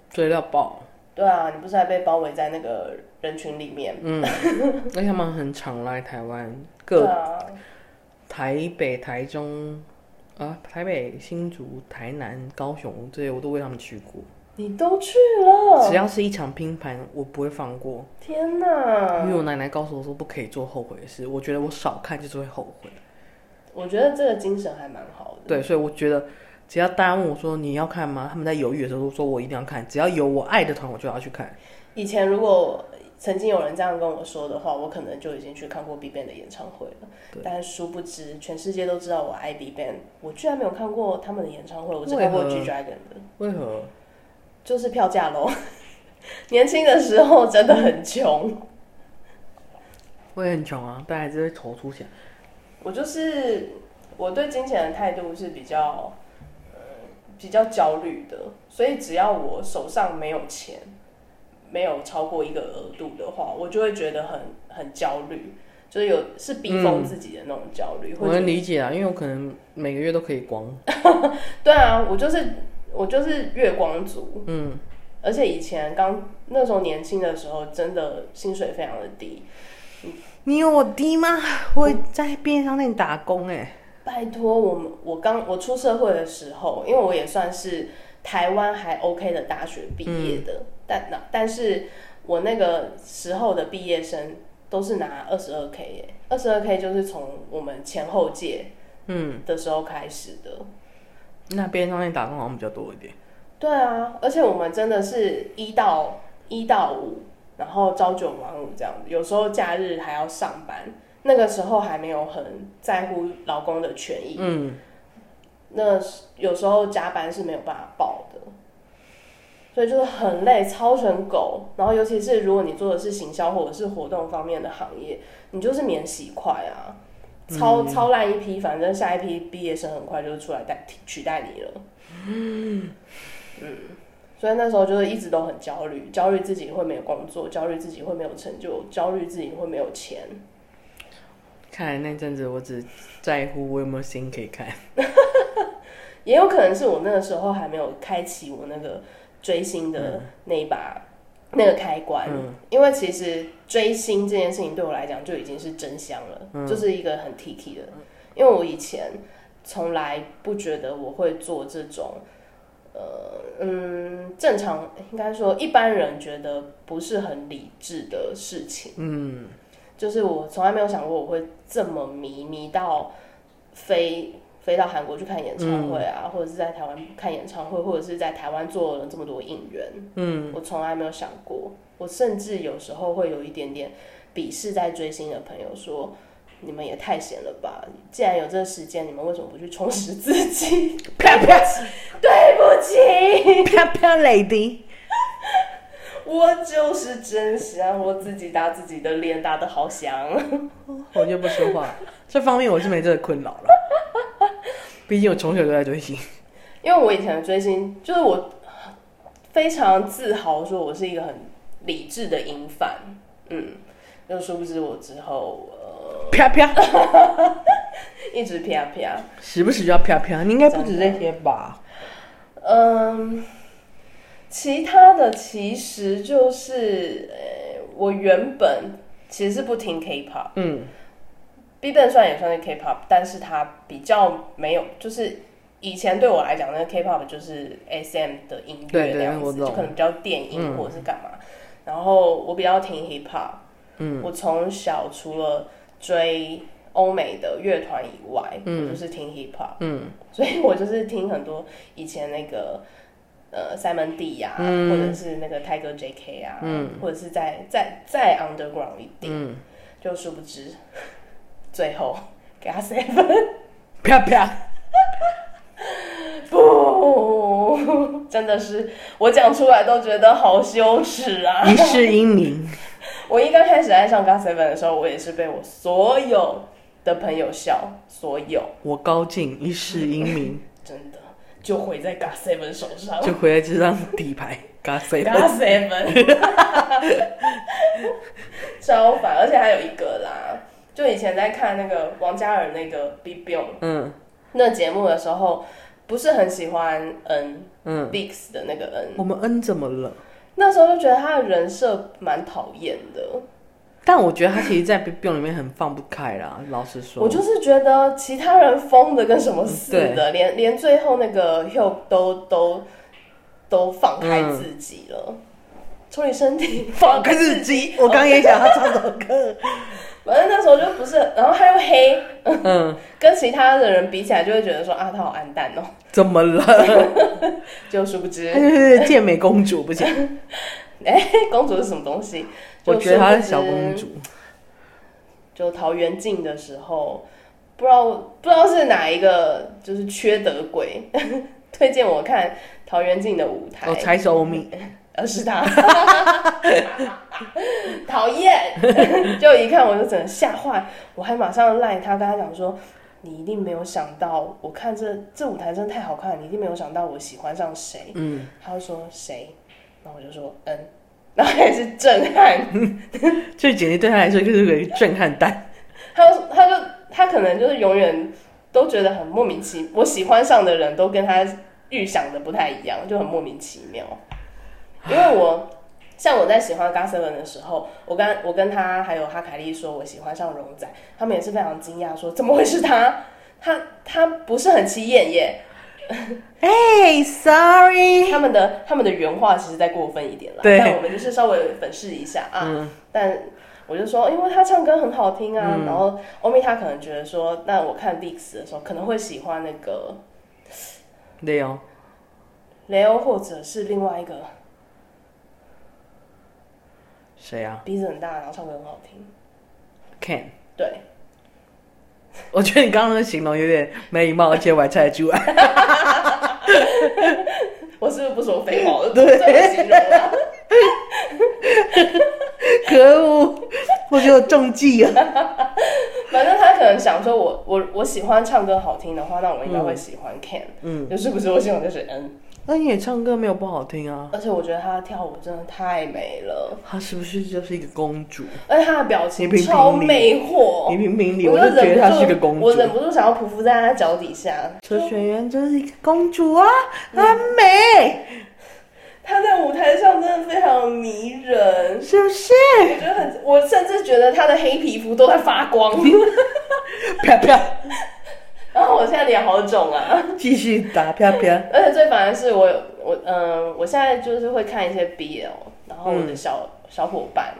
[SPEAKER 3] 追到爆，
[SPEAKER 2] 对啊，你不是还被包围在那个人群里面，
[SPEAKER 3] 嗯，而且他们很常来台湾，
[SPEAKER 2] 对
[SPEAKER 3] 各
[SPEAKER 2] 啊，
[SPEAKER 3] 台北、台中啊，台北、新竹、台南、高雄这些我都为他们去过。
[SPEAKER 2] 你都去了，
[SPEAKER 3] 只要是一场拼盘，我不会放过，
[SPEAKER 2] 天
[SPEAKER 3] 因
[SPEAKER 2] 哪！
[SPEAKER 3] 为我奶奶告诉我说不可以做后悔的事。我觉得我少看就是会后悔，
[SPEAKER 2] 我觉得这个精神还蛮好的，
[SPEAKER 3] 对，所以我觉得只要大家问我说你要看吗？他们在犹豫的时候，我说我一定要看，只要有我爱的团，我就要去看。
[SPEAKER 2] 以前如果曾经有人这样跟我说的话，我可能就已经去看过 BigBang 的演唱会了
[SPEAKER 3] 对。
[SPEAKER 2] 但殊不知，全世界都知道我爱 BigBang，我居然没有看过他们的演唱会，我只看过
[SPEAKER 3] 为何
[SPEAKER 2] G Dragon 的，
[SPEAKER 3] 为何？
[SPEAKER 2] 就是票价喽。 [laughs] 年轻的时候真的很穷，
[SPEAKER 3] 我也很穷啊，但还是会筹出钱。
[SPEAKER 2] 我就是我对金钱的态度是比较，呃，比较焦虑的，所以只要我手上没有钱，没有超过一个额度的话，我就会觉得很很焦虑，就是有是逼疯自己的那种焦虑，
[SPEAKER 3] 嗯我
[SPEAKER 2] 或
[SPEAKER 3] 能
[SPEAKER 2] 者
[SPEAKER 3] 理解啊，因为我可能每个月都可以光，
[SPEAKER 2] 对啊，我就是我就是月光族，
[SPEAKER 3] 嗯，
[SPEAKER 2] 而且以前刚那时候年轻的时候，真的薪水非常的低，
[SPEAKER 3] 你有我低吗？我也在便利商店打工哎、
[SPEAKER 2] 拜托，我们我刚我出社会的时候，因为我也算是台湾还 OK 的大学毕业的，但那但是我那个时候的毕业生都是拿二十二 K 耶，二十二 K 就是从我们前后届
[SPEAKER 3] 嗯，
[SPEAKER 2] 的时候开始的。
[SPEAKER 3] 那便利商店打工好像比较多一点。
[SPEAKER 2] 对啊，而且我们真的是一到一到五，然后朝九晚五这样子，有时候假日还要上班。那个时候还没有很在乎老公的权益，
[SPEAKER 3] 嗯，
[SPEAKER 2] 那是有时候加班是没有办法报的，所以就是很累，超成狗。然后尤其是如果你做的是行销或者是活动方面的行业，你就是免洗快啊，超、超烂一批，反正下一批毕业生很快就出来代替取代你了。嗯所以那时候就是一直都很焦虑，焦虑自己会没有工作，焦虑自己会没有成就，焦虑自己会没有钱。
[SPEAKER 3] 看来那阵子我只在乎我有没有心可以看。
[SPEAKER 2] 也有可能是我那个时候还没有开启我那个追星的那一把、那个开关，
[SPEAKER 3] 嗯
[SPEAKER 2] 因为其实追星这件事情对我来讲就已经是真香了，
[SPEAKER 3] 嗯
[SPEAKER 2] 就是一个很 T K 的，因为我以前从来不觉得我会做这种。呃，嗯，正常应该说一般人觉得不是很理智的事情。
[SPEAKER 3] 嗯，
[SPEAKER 2] 就是我从来没有想过我会这么迷迷到飞飞到韩国去看演唱会啊，或者是在台湾看演唱会，或者是在台湾做了这么多应援，嗯，我从来没有想过。我甚至有时候会有一点点鄙视在追星的朋友说。你们也太闲了吧！既然有这个时间，你们为什么不去充实自己？ [laughs]
[SPEAKER 3] 啪啪
[SPEAKER 2] 对不
[SPEAKER 3] [laughs]
[SPEAKER 2] 起，
[SPEAKER 3] 啪啪 lady。
[SPEAKER 2] 我就是真想我自己打自己的脸，打的好响。
[SPEAKER 3] 我就不说话。这方面我是没这个困扰了，毕竟我从小就在追星。
[SPEAKER 2] 因为我以前的追星，就是我非常自豪说我是一个很理智的银fan，嗯，就殊不知我之后呃
[SPEAKER 3] 啪啪，
[SPEAKER 2] 一直啪啪，
[SPEAKER 3] 时不时就要啪啪。你应该不止这些吧？
[SPEAKER 2] 嗯，其他的其实就是呃我原本其实是不听 K-pop。
[SPEAKER 3] 嗯
[SPEAKER 2] B b a n 虽然也算是 K-pop，但是它比较没有，就是以前对我来讲，那个 K-pop 就是 SM 的音
[SPEAKER 3] 对对
[SPEAKER 2] 乐那样
[SPEAKER 3] 我
[SPEAKER 2] 子，
[SPEAKER 3] 懂
[SPEAKER 2] 就可能比较电音
[SPEAKER 3] 嗯
[SPEAKER 2] 或者是干嘛。然后我比较听 hip hop，
[SPEAKER 3] 嗯
[SPEAKER 2] 我从小除了追欧美的乐团以外，
[SPEAKER 3] 嗯
[SPEAKER 2] 我就是听 hip hop，
[SPEAKER 3] 嗯
[SPEAKER 2] 所以我就是听很多以前那个呃 Simon D 呀、啊，
[SPEAKER 3] 嗯
[SPEAKER 2] 或者是那个泰哥 JK 啊，
[SPEAKER 3] 嗯
[SPEAKER 2] 或者是再再再 underground 一点，
[SPEAKER 3] 嗯，
[SPEAKER 2] 就殊不知最后给他 s e
[SPEAKER 3] 啪啪，
[SPEAKER 2] 不，真的是我讲出来都觉得好羞耻啊！
[SPEAKER 3] 一世英名。
[SPEAKER 2] 我一刚开始爱上 GOT7 的时候，我也是被我所有的朋友笑，所有
[SPEAKER 3] 我高进一世英名，
[SPEAKER 2] 真的就毁在 GOT7 手上。
[SPEAKER 3] 就回来这张底牌，嘎塞了。
[SPEAKER 2] GOT7，超烦，而且还有一个啦，就以前在看那个王嘉尔那个 Big Bang
[SPEAKER 3] 嗯
[SPEAKER 2] 那节目的时候，不是很喜欢嗯
[SPEAKER 3] 嗯，
[SPEAKER 2] Bix 的那个嗯。
[SPEAKER 3] 我们 N 怎么了？
[SPEAKER 2] 那时候就觉得他的人设蛮讨厌的，
[SPEAKER 3] 但我觉得他其实，在 Big Bang 里面很放不开啦。老实说，
[SPEAKER 2] 我就是觉得其他人疯的跟什么似
[SPEAKER 3] 嗯
[SPEAKER 2] 的，连连最后那个 Hugh 都都都放开自己
[SPEAKER 3] 嗯
[SPEAKER 2] 了，处理身体
[SPEAKER 3] 放
[SPEAKER 2] 放
[SPEAKER 3] 开
[SPEAKER 2] 开
[SPEAKER 3] 自
[SPEAKER 2] 自己，
[SPEAKER 3] 己。我刚刚也讲他唱首歌，
[SPEAKER 2] 反正那时候就不是，然后他又黑，
[SPEAKER 3] 嗯，
[SPEAKER 2] 跟其他的人比起来就会觉得说啊他好暗淡哦，
[SPEAKER 3] 怎么了？
[SPEAKER 2] 就殊不知 [laughs]
[SPEAKER 3] 他就是健美公主，不行，
[SPEAKER 2] 公主是什么东西，
[SPEAKER 3] 我觉得她是
[SPEAKER 2] 就殊不知
[SPEAKER 3] 小公主。
[SPEAKER 2] 就桃园镜的时候，不知道不知道是哪一个就是缺德鬼 [laughs] 推荐我看桃园镜的舞台，
[SPEAKER 3] 哦，柴手米，
[SPEAKER 2] 呃是他， [laughs] 讨厌， [laughs] 就一看我就整个吓坏，我还马上赖他，跟他讲说。你一定没有想到，我看这这舞台真的太好看了，你一定没有想到我喜欢上谁。
[SPEAKER 3] 嗯，
[SPEAKER 2] 他就说谁，然后我就说嗯，然后也是震撼，
[SPEAKER 3] 这简直对她来说就是个震撼弹。
[SPEAKER 2] 他就他就他可能就是永远都觉得很莫名其我喜欢上的人都跟他预想的不太一样，就很莫名其妙。因为我像我在喜欢 g a s e v e n 的时候，我跟我跟他还有哈凯利说我喜欢上荣仔，他们也是非常惊讶，说怎么会是他？他他不是很起眼耶。
[SPEAKER 3] 哎，sorry，
[SPEAKER 2] [laughs] 他们的他们的原话其实再过分一点了，
[SPEAKER 3] 对
[SPEAKER 2] 但我们就是稍微粉饰一下啊。
[SPEAKER 3] 嗯
[SPEAKER 2] 但我就说，因为他唱歌很好听啊，
[SPEAKER 3] 嗯
[SPEAKER 2] 然后欧米他可能觉得说，那我看 Vix 的时候可能会喜欢那个
[SPEAKER 3] [laughs] 对哦，
[SPEAKER 2] 雷欧，或者是另外一个
[SPEAKER 3] 谁啊
[SPEAKER 2] 鼻子很大，然后唱歌很好听。
[SPEAKER 3] ？Can，
[SPEAKER 2] 对， [laughs]
[SPEAKER 3] 我觉得你刚刚的形容有点没礼貌，而且我还猜得出来。
[SPEAKER 2] 我是不是不说肥毛的？对，形容啊了。
[SPEAKER 3] 可恶， [laughs] 我觉得我中计了。
[SPEAKER 2] [laughs] 反正他可能想说我，我我喜欢唱歌好听的话，那我应该会喜欢 Can，、
[SPEAKER 3] 嗯，
[SPEAKER 2] 就是不是我喜欢就是 N，
[SPEAKER 3] 那你也唱歌没有不好听啊？
[SPEAKER 2] 而且我觉得他跳舞真的太美了。
[SPEAKER 3] 她是不是就是一个公主？
[SPEAKER 2] 而且她的表
[SPEAKER 3] 你
[SPEAKER 2] 情
[SPEAKER 3] 评评
[SPEAKER 2] 超
[SPEAKER 3] 理
[SPEAKER 2] 魅
[SPEAKER 3] 你
[SPEAKER 2] 惑，
[SPEAKER 3] 评评理，
[SPEAKER 2] 哦我
[SPEAKER 3] 我就觉得
[SPEAKER 2] 忍不
[SPEAKER 3] 她
[SPEAKER 2] 住，
[SPEAKER 3] 是个公主
[SPEAKER 2] 我。忍不住想要匍匐在她脚底下。
[SPEAKER 3] 车学员就是一个公主啊，很美，
[SPEAKER 2] 她在舞台上真的非常迷人，
[SPEAKER 3] 是不是？ [laughs]
[SPEAKER 2] 我觉得很，我甚至觉得她的黑皮肤都在发
[SPEAKER 3] [laughs]
[SPEAKER 2] 光。
[SPEAKER 3] 啪啪，
[SPEAKER 2] 然后我现在脸好肿啊，
[SPEAKER 3] 继续打啪啪。
[SPEAKER 2] [laughs] 而且最烦的是我有我嗯、我现在就是会看一些 BL，然后我的小、小伙伴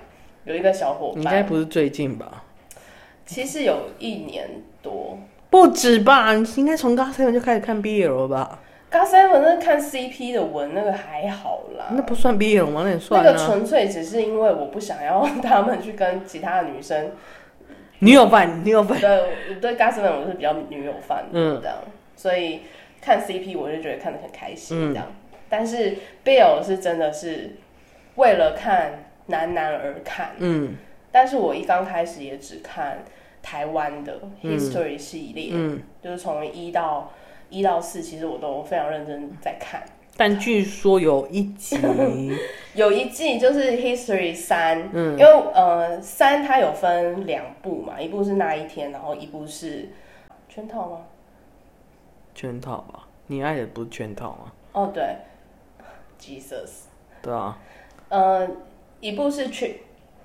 [SPEAKER 2] 有一个小伙
[SPEAKER 3] 嗯应该
[SPEAKER 2] 伴，
[SPEAKER 3] 不是最近吧？
[SPEAKER 2] 其实有一年多。
[SPEAKER 3] 不止吧，你应该从高三就开始看 BL 了吧？
[SPEAKER 2] g 塞文那看 CP 的文那个还好啦，
[SPEAKER 3] 那不算 BL 吗？那也
[SPEAKER 2] 那
[SPEAKER 3] 算
[SPEAKER 2] 个
[SPEAKER 3] 啊。
[SPEAKER 2] 纯粹只是因为我不想要他们去跟其他的
[SPEAKER 3] [laughs]
[SPEAKER 2] 女生，
[SPEAKER 3] 女友版，女友版，
[SPEAKER 2] 对，我对 g a s m a n 我是比较女友范的
[SPEAKER 3] 嗯
[SPEAKER 2] 这样，所以看 CP 我就觉得看得很开
[SPEAKER 3] 嗯
[SPEAKER 2] 心这样。但是 Bill 是真的是为了看男男而看，
[SPEAKER 3] 嗯
[SPEAKER 2] 但是我一刚开始也只看台湾的
[SPEAKER 3] 嗯
[SPEAKER 2] History 系列，
[SPEAKER 3] 嗯。
[SPEAKER 2] 就是从一到一到四，其实我都非常认真在看。
[SPEAKER 3] 但据说有一集，
[SPEAKER 2] 有一季就是 History 三，
[SPEAKER 3] 嗯
[SPEAKER 2] 因为呃三它有分两部嘛，一部是那一天，然后一部是圈套吗？
[SPEAKER 3] 圈套吧？你爱的不是圈套吗？
[SPEAKER 2] 哦对，Jesus，
[SPEAKER 3] 对啊，
[SPEAKER 2] 呃一部是圈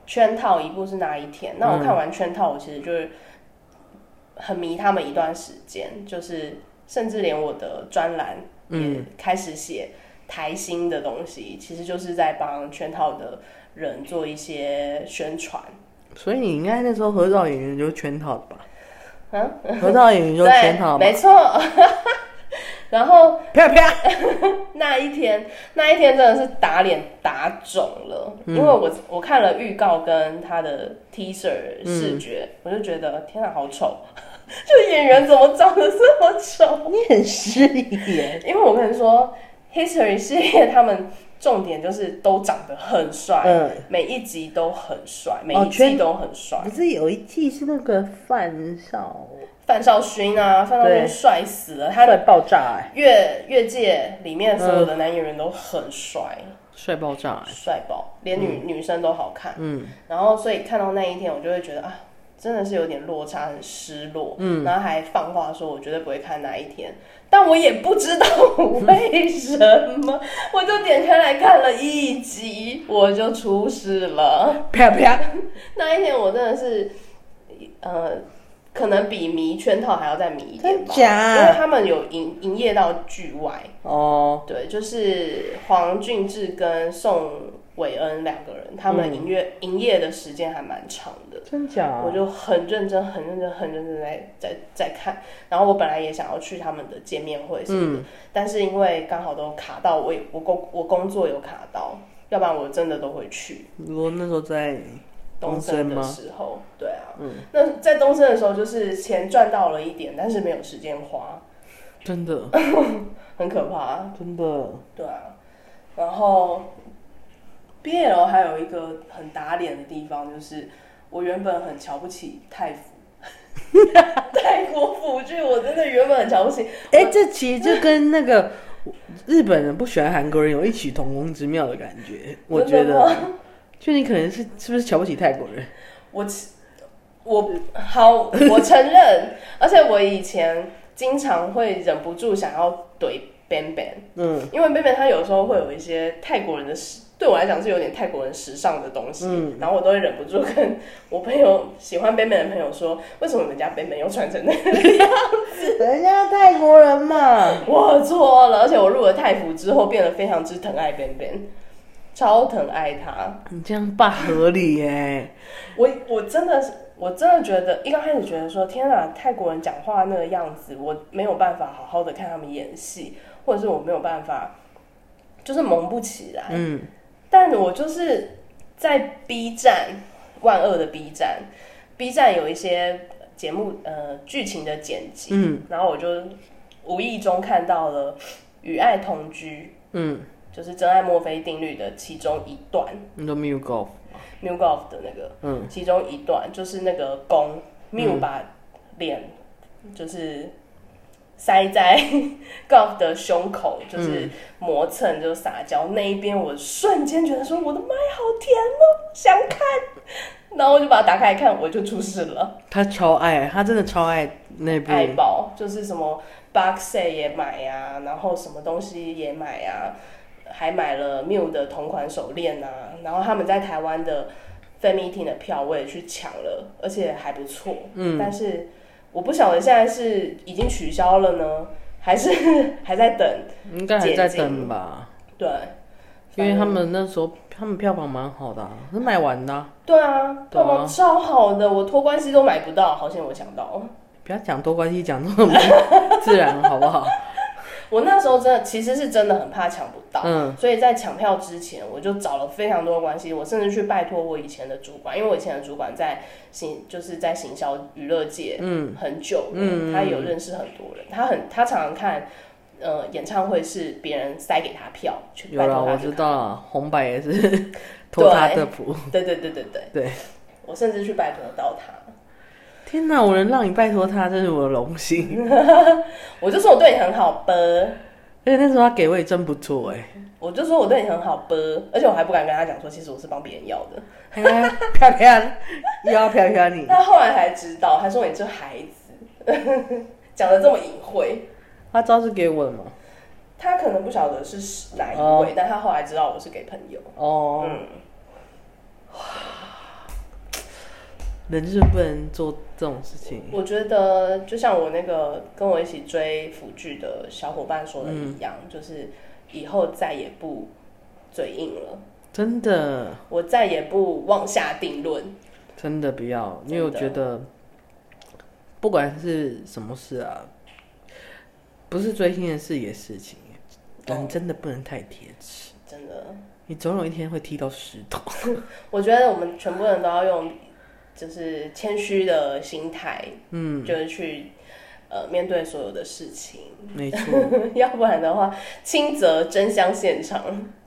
[SPEAKER 2] 圈套，一部是那一天。那我看完圈套，我其实就是很迷他们一段时间，就是甚至连我的专栏也
[SPEAKER 3] 嗯
[SPEAKER 2] 开始写台新的东西，其实就是在帮圈套的人做一些宣传。
[SPEAKER 3] 所以你应该那时候合照演员就是圈套的吧？
[SPEAKER 2] 嗯，
[SPEAKER 3] 合照演员就是圈套吧
[SPEAKER 2] 对，哦没？错。 [laughs] 然后
[SPEAKER 3] 啪啪！
[SPEAKER 2] 那一天，那一天真的是打脸打肿了，
[SPEAKER 3] 嗯
[SPEAKER 2] 因为我我看了预告跟他的 T 恤视觉，
[SPEAKER 3] 嗯
[SPEAKER 2] 我就觉得天啊，好丑！ [laughs] 就演员怎么长得这么丑？
[SPEAKER 3] 你很失礼耶。
[SPEAKER 2] 因为我跟你说，History 系列他们重点就是都长得很帅，
[SPEAKER 3] 嗯
[SPEAKER 2] 每一集都很帅，每
[SPEAKER 3] 哦
[SPEAKER 2] 一季
[SPEAKER 3] 圈
[SPEAKER 2] 都很帅。
[SPEAKER 3] 不是有一季是那个范少
[SPEAKER 2] 范少勋啊，范少勋
[SPEAKER 3] 对
[SPEAKER 2] 帅死了，他
[SPEAKER 3] 帅
[SPEAKER 2] 的
[SPEAKER 3] 爆炸哎、
[SPEAKER 2] 越越界里面所有的男演员都很帅，
[SPEAKER 3] 帅爆炸哎、
[SPEAKER 2] 帅爆，连女、女生都好看。
[SPEAKER 3] 嗯，
[SPEAKER 2] 然后所以看到那一天，我就会觉得啊，真的是有点落差，很失落。嗯，然后还放话说我绝对不会看那一天，但我也不知道为什么， [laughs] 我就点开来看了一集，我就出事了。
[SPEAKER 3] 啪啪！
[SPEAKER 2] 那一天我真的是，呃。可能比迷圈套还要再迷一点吧，
[SPEAKER 3] 真假
[SPEAKER 2] 因为他们有营营业到剧外，
[SPEAKER 3] 哦，
[SPEAKER 2] 对，就是黄俊志跟宋伟恩两个人，他们营业、营业的时间还蛮长的。
[SPEAKER 3] 真假嗯啊？
[SPEAKER 2] 我就很认真、很认真、很认真在在在看，然后我本来也想要去他们的见面会
[SPEAKER 3] 嗯
[SPEAKER 2] 什么的，但是因为刚好都卡到我也我工我工作有卡到，要不然我真的都会去
[SPEAKER 3] 我那时候在
[SPEAKER 2] 东
[SPEAKER 3] 东
[SPEAKER 2] 升
[SPEAKER 3] 森
[SPEAKER 2] 的
[SPEAKER 3] 吗嗯
[SPEAKER 2] 时候，对啊，那在东升的时候就是钱赚到了一点，但是没有时间花，
[SPEAKER 3] 真的
[SPEAKER 2] 很可怕、
[SPEAKER 3] 真的
[SPEAKER 2] 对啊，然后 BL 还有一个很打脸的地方，就是我原本很瞧不起泰服， [laughs] 泰国腐剧，我真的原本很瞧不起。
[SPEAKER 3] 哎、这其实就跟那个日本人不喜欢韩国人有异曲同工之妙的感觉，我觉
[SPEAKER 2] 真的吗
[SPEAKER 3] 得。就你可能是是不是瞧不起泰国人？
[SPEAKER 2] 我其我好，我承认，而且我以前经常会忍不住想要怼 Ben Ben，
[SPEAKER 3] 嗯
[SPEAKER 2] 因为 Ben Ben 他有时候会有一些泰国人的时，对我来讲是有点泰国人时尚的东西，
[SPEAKER 3] 嗯
[SPEAKER 2] 然后我都会忍不住跟我朋友喜欢 Ben Ben 的朋友说，为什么人家 Ben Ben 又穿成那样？ [laughs]
[SPEAKER 3] 人家泰国人嘛，
[SPEAKER 2] 我错了，而且我入了泰服之后变得非常之疼爱 Ben Ben，超疼爱他。
[SPEAKER 3] 你这样不合理耶、
[SPEAKER 2] 我我真的是，我真的觉得一刚开始觉得说，天啊，泰国人讲话那个样子，我没有办法好好的看他们演戏，或者是我没有办法，就是萌不起来。
[SPEAKER 3] 嗯，
[SPEAKER 2] 但我就是在 B 站，万恶的 B 站，B 站有一些节目呃剧情的剪辑，
[SPEAKER 3] 嗯
[SPEAKER 2] 然后我就无意中看到了《与爱同居
[SPEAKER 3] 嗯，》，
[SPEAKER 2] 就是真爱墨菲定律的其中一段
[SPEAKER 3] 你都没有搞，
[SPEAKER 2] ，New Golf 的那个，
[SPEAKER 3] 嗯，
[SPEAKER 2] 其中一段就是那个公 Miu 把脸就是塞在 [laughs] Golf 的胸口，就是磨蹭就撒娇那一边，我瞬间觉得说我的麦好甜哦，想看，然后我就把它打开看，我就出事了，
[SPEAKER 3] 他超爱，他真的超爱那部，
[SPEAKER 2] 爱宝就是什么 Box Set 也买呀、然后什么东西也买啊呀、还买了 Miu 的同款手链啊，然后他们在台湾的 fan meeting 的票我也去抢了，而且还不错。
[SPEAKER 3] 嗯
[SPEAKER 2] 但是我不晓得现在是已经取消了呢，还是 [laughs] 还在等。
[SPEAKER 3] 应该还在
[SPEAKER 2] 解禁
[SPEAKER 3] 等吧，
[SPEAKER 2] 对，
[SPEAKER 3] 因为他们那时候他们票房蛮好的、啊，是卖完的啊、
[SPEAKER 2] 对啊，
[SPEAKER 3] 对啊
[SPEAKER 2] 票房超好的，我托关系都买不到，好险我抢到。
[SPEAKER 3] 不要讲多关系，讲那么自然好不 [laughs] 好？
[SPEAKER 2] 我那时候真的其实是真的很怕抢不到，
[SPEAKER 3] 嗯
[SPEAKER 2] 所以在抢票之前我就找了非常多的关系，我甚至去拜托我以前的主管，因为我以前的主管在行就是在行销娱乐界
[SPEAKER 3] 嗯
[SPEAKER 2] 很久了，
[SPEAKER 3] 嗯
[SPEAKER 2] 他有认识很多人，他很他常常看呃演唱会是别人塞给他票，去
[SPEAKER 3] 有
[SPEAKER 2] 拜
[SPEAKER 3] 啦，
[SPEAKER 2] 托
[SPEAKER 3] 我
[SPEAKER 2] 他去
[SPEAKER 3] 知
[SPEAKER 2] 看。
[SPEAKER 3] 道了，红白也是 [laughs] 托他的福。
[SPEAKER 2] [laughs] 对对对对对，
[SPEAKER 3] 对，
[SPEAKER 2] 我甚至去拜托到他，
[SPEAKER 3] 天哪，我能让你拜托他，这是我的荣幸。
[SPEAKER 2] 我就说我对你很好啵，
[SPEAKER 3] [laughs] 而且那时候他给我也真不错 [laughs] 哎、
[SPEAKER 2] 我就说我对你很好啵，而且我还不敢跟他讲说其实我是帮别人要的。
[SPEAKER 3] 欸，飘飘，又要飘飘你。
[SPEAKER 2] 但后来才知道，他说你这孩子， [laughs] 讲的这么隐晦，
[SPEAKER 3] 他招是给我的吗？
[SPEAKER 2] 他可能不晓得是哪一位，
[SPEAKER 3] 哦
[SPEAKER 2] 但他后来知道
[SPEAKER 3] 嗯
[SPEAKER 2] 我是给朋友。
[SPEAKER 3] 哦，
[SPEAKER 2] 嗯，
[SPEAKER 3] 人就是不能做这种事情。
[SPEAKER 2] 我觉得就像我那个跟我一起追腐剧的小伙伴说的一样，就是以后再也不嘴硬了，
[SPEAKER 3] 真的，
[SPEAKER 2] 我再也不妄下定论。
[SPEAKER 3] 真的不要，
[SPEAKER 2] 真
[SPEAKER 3] 因
[SPEAKER 2] 的
[SPEAKER 3] 为我觉得，不管是什么事啊，不是追星的事也是情，人真的不能太铁齿，
[SPEAKER 2] 真的，
[SPEAKER 3] 你总有一天会踢到石头。
[SPEAKER 2] 我觉得我们全部人都要用就是谦虚的心态，嗯，就是去呃面对所有的事情，
[SPEAKER 3] 没错，
[SPEAKER 2] 要不然的话，轻则真香现场，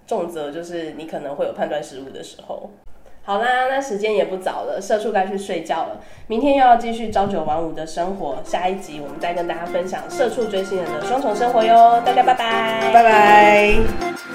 [SPEAKER 2] 重则就是你可能会有判断失误的时候。好啦，那时间也不早了，社畜该去睡觉了。明天又要继续朝九晚五的生活，下一集我们再跟大家分享社畜追星人的双重生活哟。大家拜拜，
[SPEAKER 3] 拜拜。